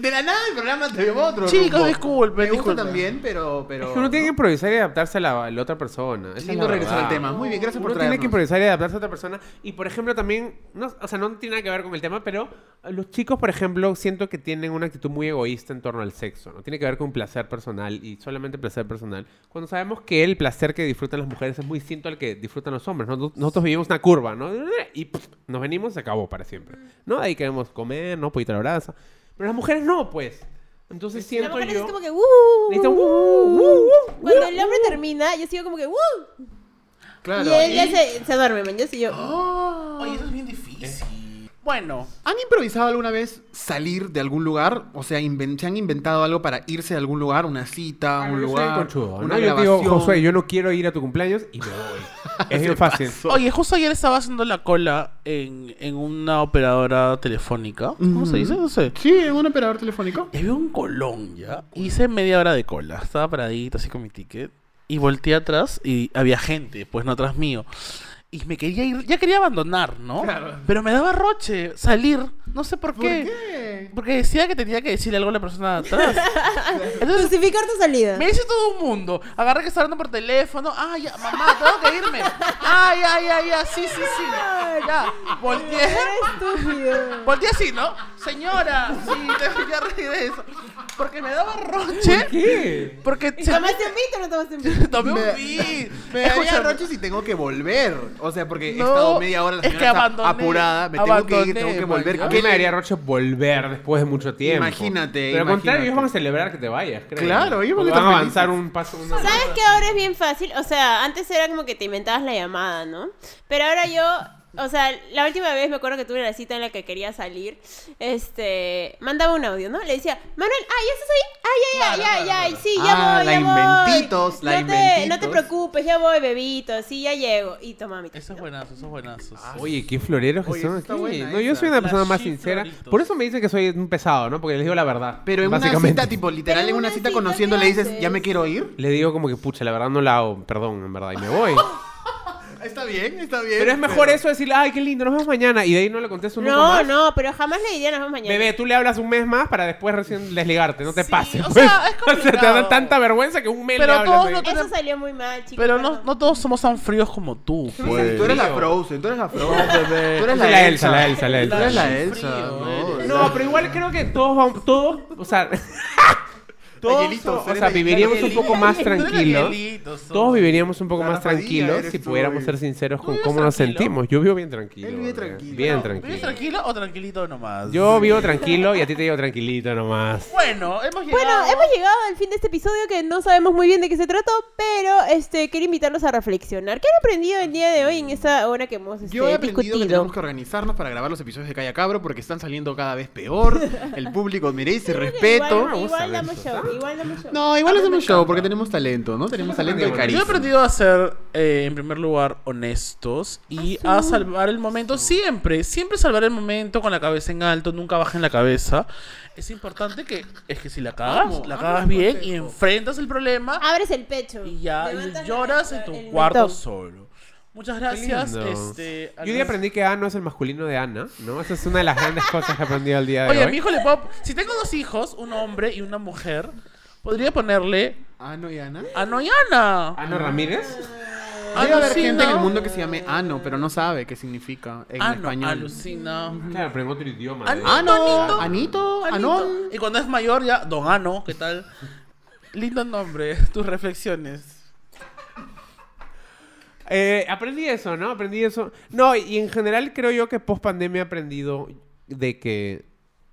Speaker 1: De la nada el programa [laughs] te llevó a otro.
Speaker 4: Chicos,
Speaker 1: rumbo.
Speaker 4: disculpen,
Speaker 1: Me gusta
Speaker 4: disculpen.
Speaker 1: también, pero. pero
Speaker 2: Es que uno tiene que improvisar y adaptarse a la, a la otra persona. Esa es
Speaker 1: Lindo
Speaker 2: la
Speaker 1: regresar al
Speaker 2: verdad.
Speaker 1: tema. Muy bien, gracias por
Speaker 2: Uno tiene que
Speaker 1: traernos.
Speaker 2: improvisar y adaptarse a otra persona. Y por ejemplo, también, no, o sea, no tiene nada que ver con el tema, pero los chicos, por ejemplo, siento que tienen una actitud muy egoísta en torno al sexo, ¿no? Tiene que ver con placer personal y solamente placer personal. Cuando sabemos que el placer que disfrutan las mujeres es muy distinto al que disfrutan los hombres, ¿no? Nosotros vivimos una curva, ¿no? Y pff, nos venimos, se acabó para siempre, ¿no? Ahí queremos comer, ¿no? Pollito a la brasa. Pero las mujeres no, pues. Entonces
Speaker 3: La
Speaker 2: siento
Speaker 3: mujer es
Speaker 2: yo...
Speaker 3: como que "Uh,
Speaker 2: Necesitan, "Uh, uh, uh, uh,
Speaker 3: Cuando
Speaker 2: uh,
Speaker 3: el hombre termina, yo sigo como que "Uh",
Speaker 1: Claro.
Speaker 3: Y él ya
Speaker 1: y- ¡Ah!
Speaker 3: se, se duerme, man. Yo sí, yo.
Speaker 4: Oye, eso es bien difícil. Bueno,
Speaker 1: ¿Han improvisado alguna vez salir de algún lugar? O sea, inven- ¿se han inventado algo para irse a algún lugar? ¿Una cita,
Speaker 2: Ah,
Speaker 1: un
Speaker 2: yo soy
Speaker 1: lugar?
Speaker 2: conchudo,
Speaker 1: una
Speaker 2: ¿no? Yo
Speaker 1: grabación.
Speaker 2: digo, Josué, yo no quiero ir a tu cumpleaños y me voy.
Speaker 1: [laughs]
Speaker 2: es bien fácil.
Speaker 4: oye, justo ayer estaba haciendo la cola en, en una operadora telefónica. ¿Cómo se dice? No sé.
Speaker 1: Mm. Sí, en un operador telefónico.
Speaker 4: Y había un colón ya. Hice media hora de cola. Estaba paradito así con mi ticket. Y volteé atrás y había gente, pues no atrás mío. Y me quería ir, ya quería abandonar, ¿no?
Speaker 1: Claro.
Speaker 4: Pero me daba roche salir. No sé por,
Speaker 1: ¿Por
Speaker 4: qué.
Speaker 1: qué?
Speaker 4: Porque decía que tenía que decirle algo a la persona
Speaker 1: [laughs]
Speaker 4: de atrás. Entonces
Speaker 3: Justificar tu salida.
Speaker 4: [laughs] me hice todo un mundo. Agarré que estaba hablando por teléfono. Ay, ya, mamá, tengo que irme. Ay, ay, ay, ay, sí, sí, sí. Ya, volteé.
Speaker 3: Estúpido.
Speaker 4: [laughs] Volteé así, ¿no? Señora, sí, te- ya regreso. Porque me daba roche.
Speaker 2: ¿Qué?
Speaker 4: Porque
Speaker 3: ¿Y
Speaker 4: se-
Speaker 3: ¿Tomaste un pito o no tomaste un pito?
Speaker 4: [laughs] tomé
Speaker 1: Me-
Speaker 4: un vid.
Speaker 1: Me
Speaker 4: Escúchame,
Speaker 1: daría roche si tengo que volver. O sea, porque he
Speaker 4: No,
Speaker 1: estado media hora la
Speaker 4: es
Speaker 1: señora
Speaker 4: que
Speaker 1: está
Speaker 4: abandoné,
Speaker 1: apurada. Me tengo que ir,
Speaker 4: abandoné,
Speaker 1: tengo que
Speaker 4: man,
Speaker 1: volver.
Speaker 4: ya.
Speaker 2: A
Speaker 1: ¿Qué
Speaker 2: mí me
Speaker 1: le-
Speaker 2: daría roche volver después de mucho tiempo.
Speaker 1: Imagínate,
Speaker 2: Pero al contrario,
Speaker 1: imagínate.
Speaker 2: ellos van a celebrar que te vayas, creo.
Speaker 1: Claro, ellos van a
Speaker 2: Porque van a
Speaker 1: estar
Speaker 2: avanzar
Speaker 1: felices.
Speaker 2: un paso. Una...
Speaker 3: ¿Sabes que ahora es bien fácil? O sea, antes era como que te inventabas la llamada, ¿no? Pero ahora yo, o sea, la última vez me acuerdo que tuve la cita en la que quería salir, este, mandaba un audio, ¿no? Le decía, Manuel, ah, ya estás ahí, ah, ya, ya, ya, ya, sí, ya
Speaker 1: Ah,
Speaker 3: voy,
Speaker 1: la
Speaker 3: ya voy.
Speaker 1: inventitos, la
Speaker 3: no te, no te
Speaker 1: inventitos.
Speaker 3: preocupes, ya voy, bebito, sí, ya llego. Y toma mi
Speaker 4: Esos buenazos, esos buenazos.
Speaker 2: Oye, qué floreros que
Speaker 1: Oye,
Speaker 2: son
Speaker 1: está
Speaker 2: aquí.
Speaker 1: buena
Speaker 2: No, yo
Speaker 1: esa.
Speaker 2: soy una
Speaker 4: Las
Speaker 2: persona más
Speaker 4: chifloritos.
Speaker 2: sincera. Por eso me dicen que soy un pesado, ¿no? Porque les digo la verdad.
Speaker 1: Pero en una
Speaker 2: básicamente.
Speaker 1: cita, tipo, literal,
Speaker 3: Pero
Speaker 1: en una
Speaker 3: una
Speaker 1: cita
Speaker 3: cita,
Speaker 1: conociendo
Speaker 3: ¿qué
Speaker 1: le dices,
Speaker 3: haces?
Speaker 1: ¿ya me quiero ir?
Speaker 2: Le digo como que, pucha, la verdad no la hago. Perdón, en verdad. Y
Speaker 1: [laughs]
Speaker 2: me voy.
Speaker 1: Está bien, está bien.
Speaker 2: Pero es mejor eso decirle, ay, qué lindo, nos vemos mañana. Y de ahí no le contesto nunca
Speaker 3: No,
Speaker 2: más.
Speaker 3: no, pero jamás le diría nos vemos mañana.
Speaker 2: Bebé, tú le hablas un mes más para después recién desligarte. No te
Speaker 4: Sí,
Speaker 2: pases.
Speaker 4: o
Speaker 2: pues.
Speaker 4: sea, es
Speaker 2: [laughs] te da
Speaker 4: complicado.
Speaker 2: tanta vergüenza que un mes
Speaker 4: Pero
Speaker 2: le hablas.
Speaker 4: todos
Speaker 2: ahí.
Speaker 4: lo
Speaker 3: Eso salió muy mal, chicos.
Speaker 4: Pero no,
Speaker 3: perdón.
Speaker 4: no todos somos tan fríos como tú.
Speaker 1: Tú eres la Frozen, tú eres la Frozen. Tú
Speaker 2: Yo
Speaker 1: eres
Speaker 2: soy
Speaker 1: la Elsa,
Speaker 2: pues, eh, la Elsa,
Speaker 1: Tú
Speaker 2: la
Speaker 1: eres
Speaker 2: Elsa.
Speaker 1: la
Speaker 4: Frío,
Speaker 1: Elsa.
Speaker 4: eres.
Speaker 2: No, pero igual creo que todos vamos, todos, o sea, [laughs] todos,
Speaker 1: Angelitos,
Speaker 2: o
Speaker 1: eres
Speaker 2: sea,
Speaker 1: la-
Speaker 2: viviríamos un poco más
Speaker 4: Tú eres
Speaker 2: tranquilos.
Speaker 4: angelito, sos.
Speaker 2: Todos viviríamos un poco
Speaker 1: La
Speaker 2: más
Speaker 1: Rafa Díaz
Speaker 2: tranquilos
Speaker 1: eres
Speaker 2: si
Speaker 1: tú,
Speaker 2: pudiéramos
Speaker 1: baby.
Speaker 2: ser sinceros con
Speaker 4: vives
Speaker 2: cómo nos
Speaker 4: tranquilo?
Speaker 2: sentimos. Yo vivo bien tranquilo.
Speaker 1: Él vive
Speaker 2: bebé.
Speaker 1: tranquilo.
Speaker 2: Bien
Speaker 1: No,
Speaker 4: ¿Vives
Speaker 2: tranquilo.
Speaker 4: tranquilo o tranquilito nomás?
Speaker 2: Yo vivo tranquilo y a ti te digo tranquilito nomás.
Speaker 4: Bueno, hemos llegado.
Speaker 3: Bueno, hemos llegado al fin de este episodio que no sabemos muy bien de qué se trató, pero este quería invitarlos a reflexionar. ¿Qué han aprendido el día de hoy en esta hora que hemos este,
Speaker 1: Yo he aprendido
Speaker 3: discutido?
Speaker 1: que tenemos que organizarnos para grabar los episodios de Calla Cabro porque están saliendo cada vez peor. El público merece respeto.
Speaker 3: Igual, igual damos
Speaker 2: eso,
Speaker 3: show, igual damos show.
Speaker 1: No, igual hacemos show porque tenemos talento, ¿no? Tenemos talento y
Speaker 4: Yo he
Speaker 1: carisma.
Speaker 4: aprendido a ser, eh, en primer lugar, honestos y a salvar el momento siempre. Siempre salvar el momento con la cabeza en alto, nunca bajen la cabeza. Es importante que, es que si la cagas,
Speaker 1: Amo,
Speaker 4: la
Speaker 1: amo
Speaker 4: cagas
Speaker 1: el
Speaker 4: bien
Speaker 1: consejo.
Speaker 4: y enfrentas el problema
Speaker 3: Abres el pecho.
Speaker 4: y ya y
Speaker 3: levantas Ah, la-
Speaker 4: lloras en tu
Speaker 3: el
Speaker 4: cuarto
Speaker 3: mentón.
Speaker 4: solo. Muchas
Speaker 2: Qué
Speaker 4: gracias.
Speaker 2: lindo.
Speaker 4: Este,
Speaker 2: Yo hoy día aprendí que Ano es el masculino de Ana, ¿no? Esa es una de las grandes cosas que he aprendido el día de
Speaker 4: Oye, a
Speaker 1: ¿eh?
Speaker 2: hoy.
Speaker 4: mi hijo le puedo. Si tengo dos hijos, un hombre y una mujer, podría ponerle
Speaker 1: ¿Ano Ah, y Ana?
Speaker 4: Ano y Ana.
Speaker 2: ¿Ano Ramírez?
Speaker 1: Debe haber
Speaker 4: Alucina.
Speaker 1: gente en el mundo que se llame Ano, pero no sabe qué significa en
Speaker 4: Ano,
Speaker 1: español.
Speaker 4: Ah, alucina.
Speaker 2: Claro, pero en otro idioma.
Speaker 4: Ano.
Speaker 2: ¿eh?
Speaker 1: Ano,
Speaker 4: Anito.
Speaker 1: Anito,
Speaker 4: Ah,
Speaker 1: Anón.
Speaker 4: Anito. Y cuando es mayor ya, Don Ano, ¿qué tal? Lindo nombre, tus reflexiones.
Speaker 2: Eh, aprendí eso, ¿no? Aprendí eso. No, y en general creo yo que post pandemia he aprendido de que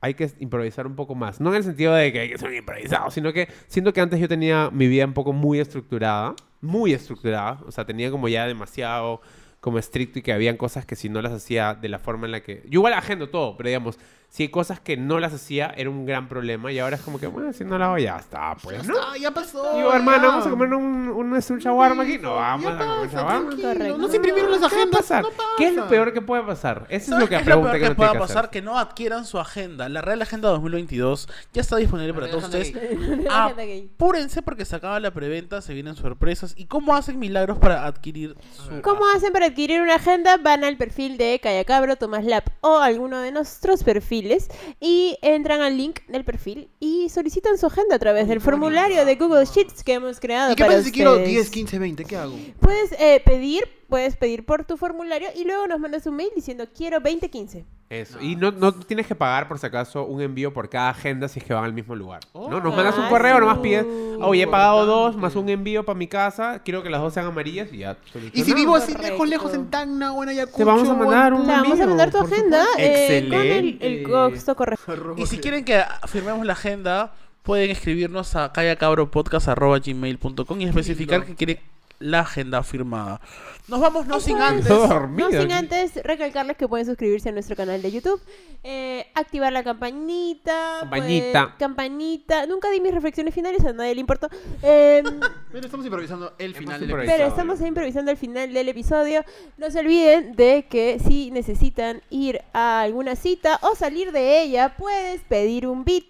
Speaker 2: hay que improvisar un poco más. No en el sentido de que hay que ser improvisado, sino que siento que antes yo tenía mi vida un poco muy estructurada. Muy estructurada. O sea, tenía como ya demasiado como estricto y que habían cosas que si no las hacía de la forma en la que... Yo igual agendo todo, pero digamos, si hay cosas que no las hacía era un gran problema y ahora es como que, bueno, si no la hago ya está, pues, ¿no?
Speaker 1: Ah, ya pasó.
Speaker 2: Digo, hermano,
Speaker 1: ya.
Speaker 2: vamos a comer un, un, un shawarma aquí. No, vamos
Speaker 1: Ya
Speaker 2: a comer
Speaker 1: pasa,
Speaker 2: shawarma.
Speaker 1: tranquilo.
Speaker 3: Correcto.
Speaker 1: No se imprimieron las
Speaker 2: ¿Qué va a
Speaker 1: agendas.
Speaker 2: pasar?
Speaker 1: no pasa.
Speaker 2: ¿Qué es lo peor que puede pasar? Eso es
Speaker 4: ¿Sabes
Speaker 2: lo que
Speaker 4: qué
Speaker 2: la
Speaker 4: es lo
Speaker 2: pregunta
Speaker 4: peor
Speaker 2: que,
Speaker 4: que
Speaker 2: no
Speaker 4: pueda
Speaker 2: tiene que
Speaker 4: pasar?
Speaker 2: hacer.
Speaker 4: Que no adquieran su agenda. La Real Agenda 2022 ya está disponible para
Speaker 1: Real
Speaker 4: todos
Speaker 1: Agenda
Speaker 4: ustedes.
Speaker 3: [laughs]
Speaker 4: Ah.
Speaker 3: La agenda gay.
Speaker 4: Apúrense porque se acaba la preventa, se vienen sorpresas. ¿Y cómo hacen milagros para adquirir su
Speaker 3: ¿Cómo hacen para adquirir una agenda? Van al perfil de Cayacabro, Tomás Lab o alguno de nuestros perfiles y entran al link del perfil y solicitan su agenda a través del formulario de Google Sheets que hemos creado
Speaker 1: ¿Y qué
Speaker 3: para
Speaker 1: pasa si quiero
Speaker 3: ustedes.
Speaker 1: 10, 15, 20? ¿Qué hago?
Speaker 3: Puedes eh, pedir puedes pedir por tu formulario y luego nos mandas un mail diciendo quiero 2015.
Speaker 2: Eso. Y no, no tienes que pagar, por si acaso, un envío por cada agenda si es que van al mismo lugar. ¿no? Nos mandas un
Speaker 3: Ah,
Speaker 2: correo,
Speaker 3: sí.
Speaker 2: nomás pides, oye, he pagado dos,
Speaker 1: Oh, Importante.
Speaker 2: más un envío para mi casa, quiero que las dos sean amarillas y ya.
Speaker 1: Y si
Speaker 2: [laughs] solucionado.
Speaker 1: vivo así
Speaker 3: Correcto.
Speaker 1: lejos, lejos en Tacna o en Ayacucho.
Speaker 2: Te vamos a
Speaker 1: o en
Speaker 2: mandar un
Speaker 3: Te vamos a
Speaker 2: Ah, amigo,
Speaker 3: mandar tu
Speaker 2: por
Speaker 3: agenda eh, con el,
Speaker 2: Excelente.
Speaker 3: el costo correcto.
Speaker 1: Perro,
Speaker 4: Y si
Speaker 1: porque-
Speaker 4: quieren que firmemos la agenda, pueden escribirnos a callacabropodcast.gmail.com y especificar que quieren la agenda firmada. Nos vamos no sin antes.
Speaker 2: Todo dormido.
Speaker 3: No sin antes recalcarles que pueden suscribirse a nuestro canal de YouTube, eh, activar la campanita.
Speaker 2: Campanita.
Speaker 3: pues, campanita. Nunca di mis reflexiones finales, a nadie le importó. Em,
Speaker 2: [laughs]
Speaker 1: Mira, estamos improvisando el final del
Speaker 2: improvisado.
Speaker 3: pero
Speaker 1: episodio.
Speaker 3: estamos ahí improvisando el final del episodio. No se olviden de que si necesitan ir a alguna cita o salir de ella, puedes pedir un beat.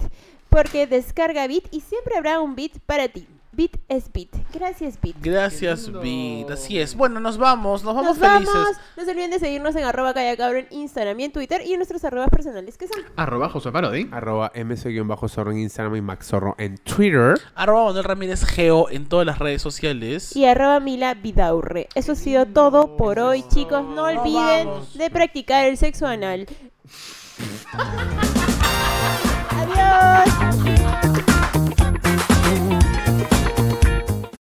Speaker 3: Porque descarga beat y siempre habrá un beat para ti. Beat es beat. Gracias, beat.
Speaker 4: Gracias,
Speaker 1: lindo.
Speaker 4: vida. Así es. Bueno, nos vamos. Nos vamos
Speaker 3: Nos
Speaker 4: felices.
Speaker 3: vamos. No se olviden de seguirnos en arroba callacabro en Instagram y en Twitter y en nuestros arrobas personales que son.
Speaker 1: Arroba José Parodi.
Speaker 2: Arroba ms-zorro en Instagram y maxorro en Twitter.
Speaker 4: Arroba Manuel Ramírez Geo en todas las redes sociales.
Speaker 3: Y arroba Mila Vidaurre. Eso ha sido todo por hoy, chicos. No olviden de practicar el sexo anal. [laughs] Adiós.